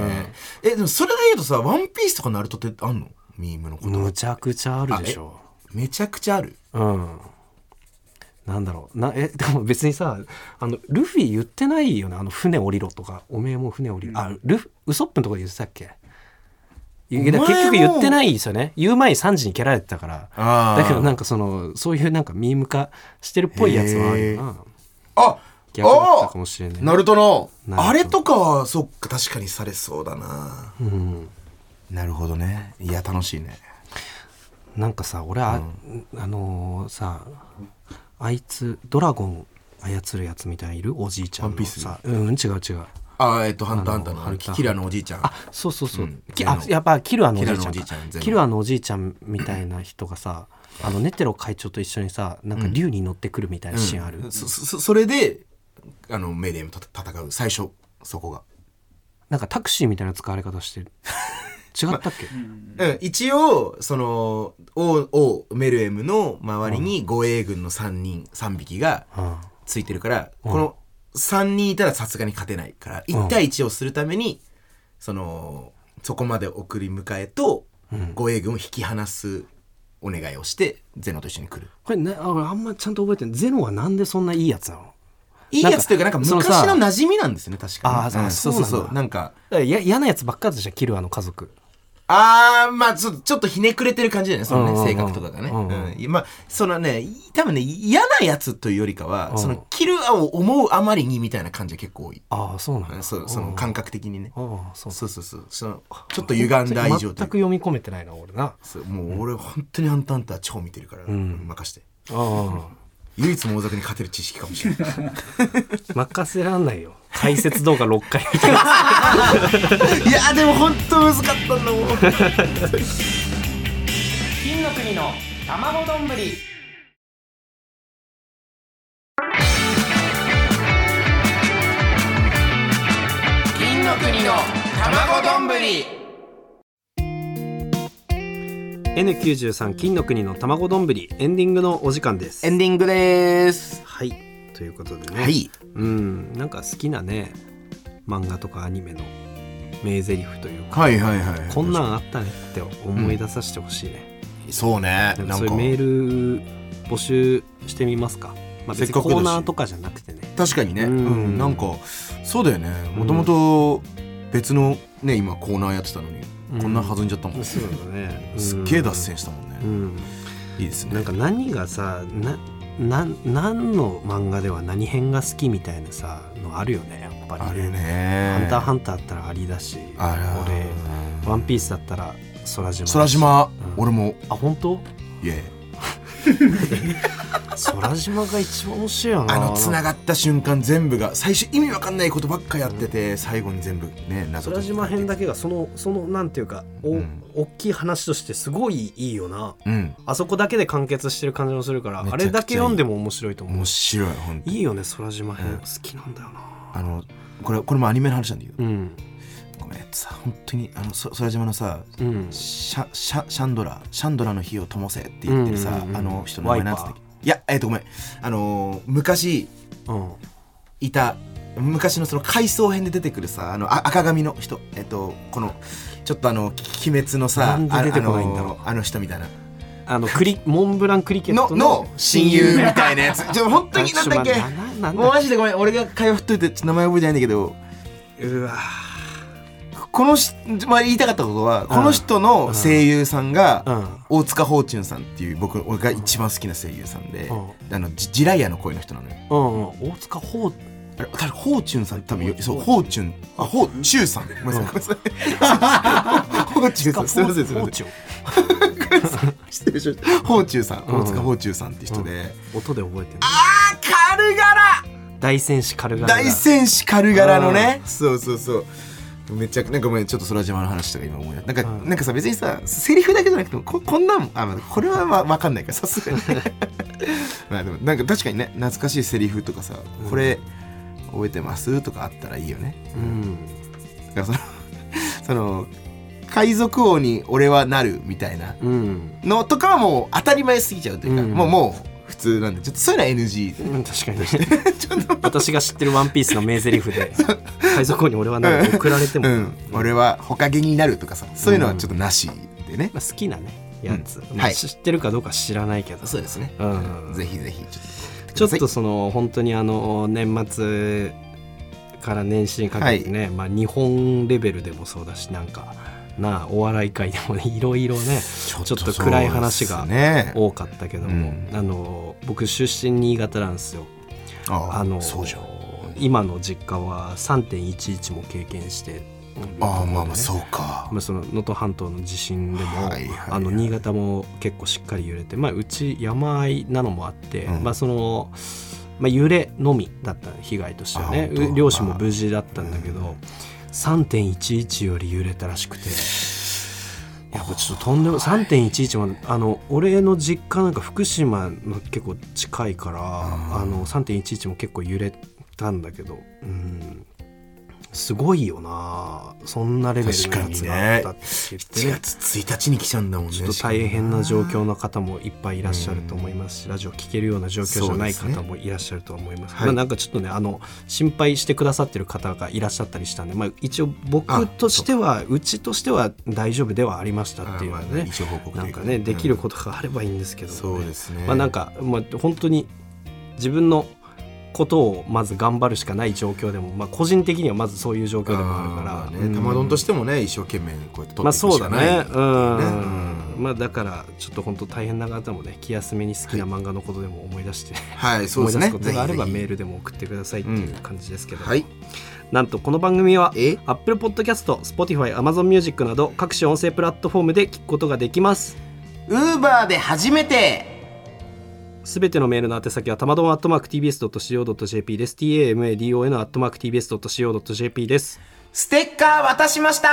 Speaker 3: えでもそれで言うとさ「ワンピースとか「ナルトってあんのミームのこと、
Speaker 2: むちゃくちゃあるでしょ
Speaker 3: めちゃくちゃある
Speaker 2: うんなんだろうなえ でも別にさあのルフィ言ってないよねあの船降りろとかおめえもう船降りろ、あルフウソップのとこで言ってたっけいや
Speaker 3: お前も
Speaker 2: 結局言ってないですよね言う前に3時に蹴られてたから
Speaker 3: あー
Speaker 2: だけどなんかそのそういうなんかミーム化してるっぽいやつはあるよな
Speaker 3: あ
Speaker 2: 逆だったかもしれない
Speaker 3: あーナルトの
Speaker 2: ナルト
Speaker 3: あれとかはそっか確かにされそうだな、
Speaker 2: うん
Speaker 3: なるほどねいや楽しいね
Speaker 2: なんかさ俺あ,、あのーさあいつドラゴン操るやつみたいにいるおじいちゃん
Speaker 3: ワンピ
Speaker 2: の
Speaker 3: ース
Speaker 2: さうん違う違う
Speaker 3: あーえっと「ハンターハンター」の
Speaker 2: あの
Speaker 3: あの
Speaker 2: ハンター
Speaker 3: キラのおじいちゃん
Speaker 2: あそうそうそう、
Speaker 3: うん
Speaker 2: き
Speaker 3: あ
Speaker 2: あ
Speaker 3: の
Speaker 2: やっぱキルアのおじい
Speaker 3: キルアのお
Speaker 2: ち
Speaker 3: じ
Speaker 2: ゃん
Speaker 3: いちゃ
Speaker 2: か
Speaker 3: ん全部
Speaker 2: キルアのおじいちゃんみたいな人がさあのネテロ会長と一緒にさなんか竜に乗ってくるみたいなシーンある、
Speaker 3: そそそれであのメディアムと戦う最初そこが、
Speaker 2: なんかタクシーみたいな使われ方し てる違ったっけ、
Speaker 3: うん、一応その王王メルエムの周りに護衛軍の3人3匹が
Speaker 2: うん
Speaker 3: ついてるから、この3人いたらさすがに勝てないから1対1をするために、そのそこまで送り迎えと護衛軍を引き離すお願いをしてゼノと一緒に来る
Speaker 2: これねあ俺あんまちゃんと覚えてないゼノはなんでそんないいやつなの
Speaker 3: いいやつというかなんか
Speaker 2: その
Speaker 3: 昔
Speaker 2: さ
Speaker 3: の馴染みなんですよね確か
Speaker 2: あ
Speaker 3: に
Speaker 2: ー
Speaker 3: ん
Speaker 2: そう
Speaker 3: そうそう
Speaker 2: そう
Speaker 3: な
Speaker 2: なんだ
Speaker 3: んか
Speaker 2: だからや嫌なやつばっかりじゃんキルアの家族
Speaker 3: あーまあちょちょっとひねくれてる感じだよねそのね、
Speaker 2: うんうんうん
Speaker 3: 性格とかがね、
Speaker 2: うんうん
Speaker 3: うんまあそのね多分ね嫌なやつというよりかは、
Speaker 2: うん
Speaker 3: そのキルアを思うあまりにみたいな感じが結構多い、
Speaker 2: ああそうなんだ
Speaker 3: そうその感覚的にね、
Speaker 2: ああそう
Speaker 3: そうそうそうそのちょっと歪んだ異常という
Speaker 2: 全く
Speaker 3: か
Speaker 2: 読み込めてないな俺な
Speaker 3: そうもう俺本当にあんたあんた超見てるから、
Speaker 2: ん
Speaker 3: 任して
Speaker 2: ああ
Speaker 3: 唯一猛族に勝てる知識かもしれ ない
Speaker 2: 任せらんないよ解説動画6回見てる
Speaker 3: いやでも本当難かったんだもん
Speaker 1: 金の国の卵丼ぶり金の国の卵丼ぶり
Speaker 2: N93 金の国の卵丼ぶりエンディングのお時間です
Speaker 3: エンディングです
Speaker 2: はいということでね、
Speaker 3: はい
Speaker 2: うんなんか好きなね漫画とかアニメの名台詞というか
Speaker 3: はいはいはい
Speaker 2: こんなんあったねって思い出させてほしいね、
Speaker 3: そうね
Speaker 2: なんかそういうメール募集してみますか、まあ、別
Speaker 3: せっ
Speaker 2: に
Speaker 3: か
Speaker 2: コ
Speaker 3: くだし
Speaker 2: ーナーとかじゃなくてね
Speaker 3: 確かにね、う
Speaker 2: うんん
Speaker 3: なんかそうだよねもともと別のね今コーナーやってたのに、
Speaker 2: うん
Speaker 3: こんな弾んじゃったもん、ね
Speaker 2: そうだね
Speaker 3: すっげえ脱線したもんね、
Speaker 2: うん
Speaker 3: いいですね
Speaker 2: なんか何がさなな何の漫画では何編が好きみたいなさのあるよねやっぱり
Speaker 3: ある
Speaker 2: 「
Speaker 3: ね
Speaker 2: ハンターハンター」だったらアリだし
Speaker 3: あら
Speaker 2: 俺「ワンピースだったら空島だし
Speaker 3: 空島、
Speaker 2: うん
Speaker 3: 俺も
Speaker 2: あ本当
Speaker 3: イエーイ
Speaker 2: 空島が一番面白いよな
Speaker 3: あの繋がった瞬間全部が最初意味わかんないことばっかやってて最後に全部ね謎
Speaker 2: 空島編だ
Speaker 3: け
Speaker 2: けがそのそのなんていうかお、
Speaker 3: うん
Speaker 2: 大きい話としてすごいいいよな
Speaker 3: うん
Speaker 2: あそこだけで完結してる感じもするから
Speaker 3: めちゃ
Speaker 2: あ
Speaker 3: くちゃいい
Speaker 2: れだけ読んでも面白いと思う
Speaker 3: 面白い本当
Speaker 2: いいよね空島編、
Speaker 3: うん
Speaker 2: 好きなんだよな
Speaker 3: あのこれこれもアニメの話なんだけど、
Speaker 2: うん
Speaker 3: ごめんさ本当にあのそ空島のさ
Speaker 2: うん
Speaker 3: シャシャシャンドラシャンドラの火を灯せって言ってるさ、
Speaker 2: うんうんうん
Speaker 3: あの人の名前なんつったっ
Speaker 2: ワイ
Speaker 3: けいやえっ、とごめんあのー昔
Speaker 2: うん
Speaker 3: いた昔のその回想編で出てくるさあのあ赤髪の人えっ、とこのちょっとあの鬼滅のさ
Speaker 2: なんで出てこないんだろう
Speaker 3: ああのあの人みたいな
Speaker 2: あ のクリモンブランクリケッ
Speaker 3: の
Speaker 2: ト
Speaker 3: の親友みたいなや つ。ちょ本当になんだっけ
Speaker 2: あちょっと待ってなななんだ
Speaker 3: もうマジでごめん、俺が会話振っといてちょっと名前覚えてないんだけど、
Speaker 2: うわ
Speaker 3: このし、まあ、言いたかったことは、この人の声優さん
Speaker 2: う
Speaker 3: が、
Speaker 2: ん
Speaker 3: 大塚芳忠さんっていう僕俺が一番好きな声優さんで、
Speaker 2: う
Speaker 3: あのジジライアの声の人なのよ。
Speaker 2: うんうん大塚芳
Speaker 3: あれ多分ホーチュンさん多分よそうホーチュンあホーチューさんごめんなさいごめんなさいホーチュンさんすい ませんすいません
Speaker 2: チュン
Speaker 3: 失礼しましたホーチューさん大塚ホーチューさんって人で、
Speaker 2: 音で覚えてる
Speaker 3: あーカルガラ
Speaker 2: 大戦士カルガラが
Speaker 3: 大戦士カルガラのねそうそうそうめちゃくなんかごめんちょっと空島の話とか今思い出したなんか、
Speaker 2: うん
Speaker 3: なんかさ別にさセリフだけじゃなくてもここんなんあまあこれはわわかんないからさすが にまあでもなんか確かにね懐かしいセリフとかさ
Speaker 2: うん
Speaker 3: これ覚えてますとかあったらいいよね
Speaker 2: うん
Speaker 3: だから そのその海賊王に俺はなるみたいな
Speaker 2: うん
Speaker 3: のとかはもう当たり前すぎちゃうというか、
Speaker 2: うん
Speaker 3: もうもう普通なんでちょっとそういうのは NG
Speaker 2: うん確 かに私が知ってる「ワンピースの名台詞で海賊王に俺はなんか送られても、
Speaker 3: うん、俺はほかげになるとかさそういうのはちょっとなしでね、
Speaker 2: まあ、好きなねやつ、
Speaker 3: うん
Speaker 2: まあ
Speaker 3: はい
Speaker 2: 知ってるかどうか知らないけど
Speaker 3: そうですね、
Speaker 2: うん
Speaker 3: ぜひぜひちょっ
Speaker 2: ち
Speaker 3: と送
Speaker 2: ょ
Speaker 3: くだ
Speaker 2: ってとその本当にあの年末から年始にかけてね、まあ、日本レベルでもそうだしなんかなあお笑い界でもねいろいろ ね
Speaker 3: さい
Speaker 2: ちょっと暗い話が
Speaker 3: そうですね
Speaker 2: 多かったけども、
Speaker 3: うん
Speaker 2: あの僕出身新潟なんですよ。
Speaker 3: あ
Speaker 2: あの
Speaker 3: そうじゃん
Speaker 2: 今の実家は3.11も経験して
Speaker 3: ああまあまあ
Speaker 2: う
Speaker 3: そうか、
Speaker 2: まあ、その能登半島の地震でも、
Speaker 3: はいはいはい
Speaker 2: あの新潟も結構しっかり揺れて、まあ、うち山あいなのもあって、
Speaker 3: うん
Speaker 2: まあ、その、まあ、揺れのみだった被害としてはね
Speaker 3: あ本当
Speaker 2: 漁師も無事だったんだけど、3.11より揺れたらしくて。やっぱちょっととんでも3.11まであの俺の実家なんか福島の結構近いから、あの3.11も結構揺れたんだけど、うん、すごいよなそんなレベルのやつがあったって言って
Speaker 3: 1
Speaker 2: ね
Speaker 3: 月1日に来ちゃうんだもんね
Speaker 2: ちょっと大変な状況の方もいっぱいいらっしゃると思いますし、ラジオ聞けるような状況じゃない
Speaker 3: そうです
Speaker 2: 方
Speaker 3: ね
Speaker 2: もいらっしゃると思います。
Speaker 3: はい
Speaker 2: まあなんかちょっとねあの心配してくださってる方がいらっしゃったりしたんで、まあ一応僕
Speaker 3: あ
Speaker 2: としてはうちとしては大丈夫ではありましたっていうのは
Speaker 3: あまあね
Speaker 2: ね、
Speaker 3: 一応報告
Speaker 2: な
Speaker 3: とい
Speaker 2: ん
Speaker 3: うか
Speaker 2: かねできることがあればいいんですけど、ね
Speaker 3: そうですね
Speaker 2: まあなんかまあ本当に自分のことをまず頑張るしかない状況でも、まあ個人的にはまずそういう状況でもあるから
Speaker 3: あ、ーまあね玉丼としてもね一生懸命こうやって取
Speaker 2: ま
Speaker 3: っ
Speaker 2: あ
Speaker 3: ていく
Speaker 2: そう
Speaker 3: し
Speaker 2: だ
Speaker 3: かない
Speaker 2: ねう
Speaker 3: ね
Speaker 2: ん
Speaker 3: うん
Speaker 2: まあだからちょっと本当大変な方もね気休めに好きな漫画のことでも思い出して、
Speaker 3: はいそう
Speaker 2: 思
Speaker 3: です
Speaker 2: い出
Speaker 3: ね
Speaker 2: すことがあれば
Speaker 3: ぜひぜひ
Speaker 2: メールでも送ってくださいっていう感じですけど、
Speaker 3: はい
Speaker 2: なんとこの番組は
Speaker 3: え
Speaker 2: Apple Podcast、Spotify、Amazon Music など各種音声プラットフォームで聞くことができます
Speaker 3: ウーバーで初めて
Speaker 2: すべてのメールの宛先はたまどん atmarktbs.co.jp です tamadon atmarktbs.co.jp です
Speaker 3: ステッカー渡しました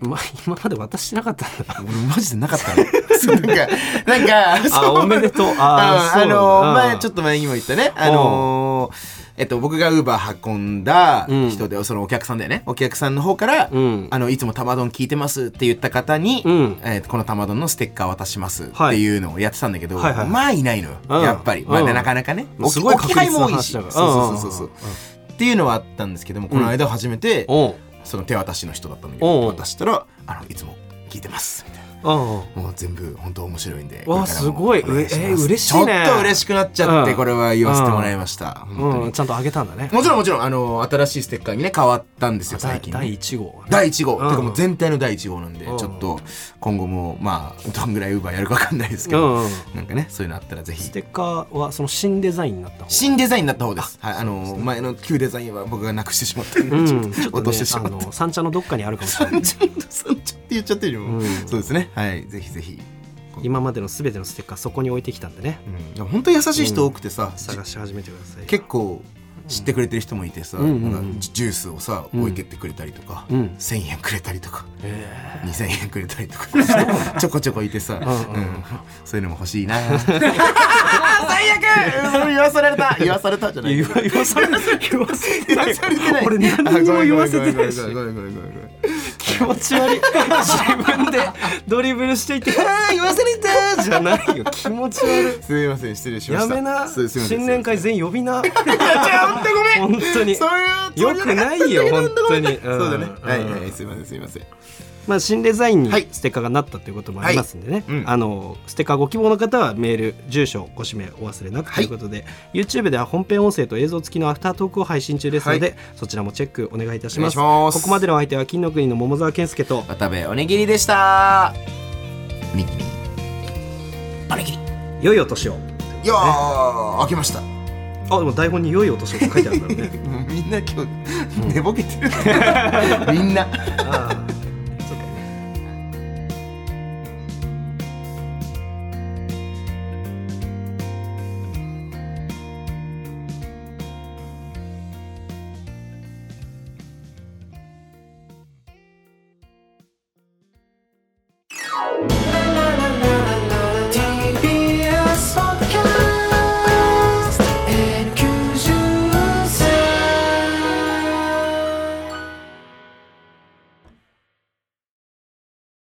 Speaker 2: まあ今まで渡してなかったんだ
Speaker 3: 俺マジでなかったの そうなんかなんか
Speaker 2: あ
Speaker 3: そう
Speaker 2: おめでとうあ
Speaker 3: ああ
Speaker 2: ーそうなんだ
Speaker 3: の
Speaker 2: あー
Speaker 3: 前ちょっと前にも言ったねあのーえっと僕がウーバー運んだ人で、そのお客さんだよねお客さんの方から、
Speaker 2: うん
Speaker 3: あのいつも玉丼聞いてますって言った方に、
Speaker 2: うん
Speaker 3: えっとこの玉丼のステッカー渡しますって
Speaker 2: はい
Speaker 3: いうのをやってたんだけど、
Speaker 2: はいはい
Speaker 3: まあいないのよ、
Speaker 2: うん
Speaker 3: やっぱり、まあ
Speaker 2: うん
Speaker 3: なかなかね、
Speaker 2: まあすごい確率の話だから
Speaker 3: そうそうそうそう、
Speaker 2: うん
Speaker 3: っていうのはあったんですけどもこの間初めて、
Speaker 2: おう
Speaker 3: その手渡しの人だったんだけ
Speaker 2: うん
Speaker 3: ど渡したら「あのいつも聞いてます」みたいな。
Speaker 2: あ
Speaker 3: もう全部本当面白いんで。これから
Speaker 2: わあ
Speaker 3: も
Speaker 2: すごい
Speaker 3: お願します
Speaker 2: うえー嬉しいね
Speaker 3: ちょっと嬉しくなっちゃって、
Speaker 2: うん
Speaker 3: これは言わせてもらいました。
Speaker 2: あ
Speaker 3: 本当
Speaker 2: うん
Speaker 3: に
Speaker 2: ちゃんとあげたんだね
Speaker 3: もちろんもちろん、あの、新しいステッカーにね、変わったんですよ、
Speaker 2: だ
Speaker 3: 最近ね。
Speaker 2: 第1号はね
Speaker 3: 第1号、
Speaker 2: うん
Speaker 3: てかもう全体の第1号なんで、
Speaker 2: うん
Speaker 3: ちょっと今後もまあどんぐらいウーバーやるか分かんないですけど、
Speaker 2: うん
Speaker 3: なんかねそういうのあったらぜ
Speaker 2: ス
Speaker 3: ひ
Speaker 2: テッカーはその新デザインになった方
Speaker 3: 新デザインになった方ですはいあ
Speaker 2: そうです
Speaker 3: の
Speaker 2: ね
Speaker 3: 前の旧デザインは僕がなくしてしまったんで、
Speaker 2: うん
Speaker 3: ちょっ
Speaker 2: ちょっ
Speaker 3: と
Speaker 2: と
Speaker 3: 落としてしまった、
Speaker 2: ねあの三茶のどっかにあるかもし れない
Speaker 3: 三 ちゃんと三ちゃんって言っちゃってるよ、
Speaker 2: うん
Speaker 3: そうですねはいぜひぜひ
Speaker 2: 今までのすべてのステッカーそこに置いてきたんでね
Speaker 3: うんでも本当に優しい人多くてさ、じ
Speaker 2: 探し始めてください
Speaker 3: 結構知ってくれてる人もいてさ、
Speaker 2: うんうん
Speaker 3: なんかジュースをさ
Speaker 2: うん
Speaker 3: 置いてってくれたりとか、
Speaker 2: うん
Speaker 3: 1,000円くれたりとか
Speaker 2: え
Speaker 3: 2,000円くれたりとかちょこちょこいてさ、
Speaker 2: んうん
Speaker 3: うんそういうのも欲 しいな最悪うん言わされた言わされたじゃ
Speaker 2: え
Speaker 3: ない
Speaker 2: 言わ言わされ言わせて
Speaker 3: 言
Speaker 2: な
Speaker 3: わ
Speaker 2: い
Speaker 3: されてない
Speaker 2: 俺
Speaker 3: あ
Speaker 2: 何に
Speaker 3: ご
Speaker 2: も
Speaker 3: めん
Speaker 2: 言わせてないし
Speaker 3: ごめんごめんごめんごめんごめんごめん
Speaker 2: 気持ち悪い自分でドリブルしてい て「ああ言わされた!」じゃないよ気持ち悪い
Speaker 3: すみません失礼しま
Speaker 2: や
Speaker 3: した
Speaker 2: めな
Speaker 3: すすいません
Speaker 2: 新年会全員呼 びな
Speaker 3: 本当ごめん
Speaker 2: 本当に
Speaker 3: そういう
Speaker 2: よくないよ本当に
Speaker 3: そうだね
Speaker 2: ん
Speaker 3: はいはいはいすいませんすいません
Speaker 2: まあ、新デザインに
Speaker 3: はい
Speaker 2: ステッカーがなったということもありますんでね、
Speaker 3: はいうん
Speaker 2: あのステッカーご希望の方はメール住所ご氏名お忘れなくと
Speaker 3: はいいう
Speaker 2: ことで、YouTube では本編音声と映像付きのアフタートークを配信中ですので、そちらもチェックお願いいたします
Speaker 3: お願いします
Speaker 2: ここまでのお相手は金の国の桃沢健介と
Speaker 3: 渡部おにぎりでしたおにぎりおにぎり
Speaker 2: 良いお年を
Speaker 3: いやー開けました
Speaker 2: あでも台本に良いお年をって書いてあるんだろうね
Speaker 3: もうみんな今日寝ぼけてるみんな
Speaker 2: ああ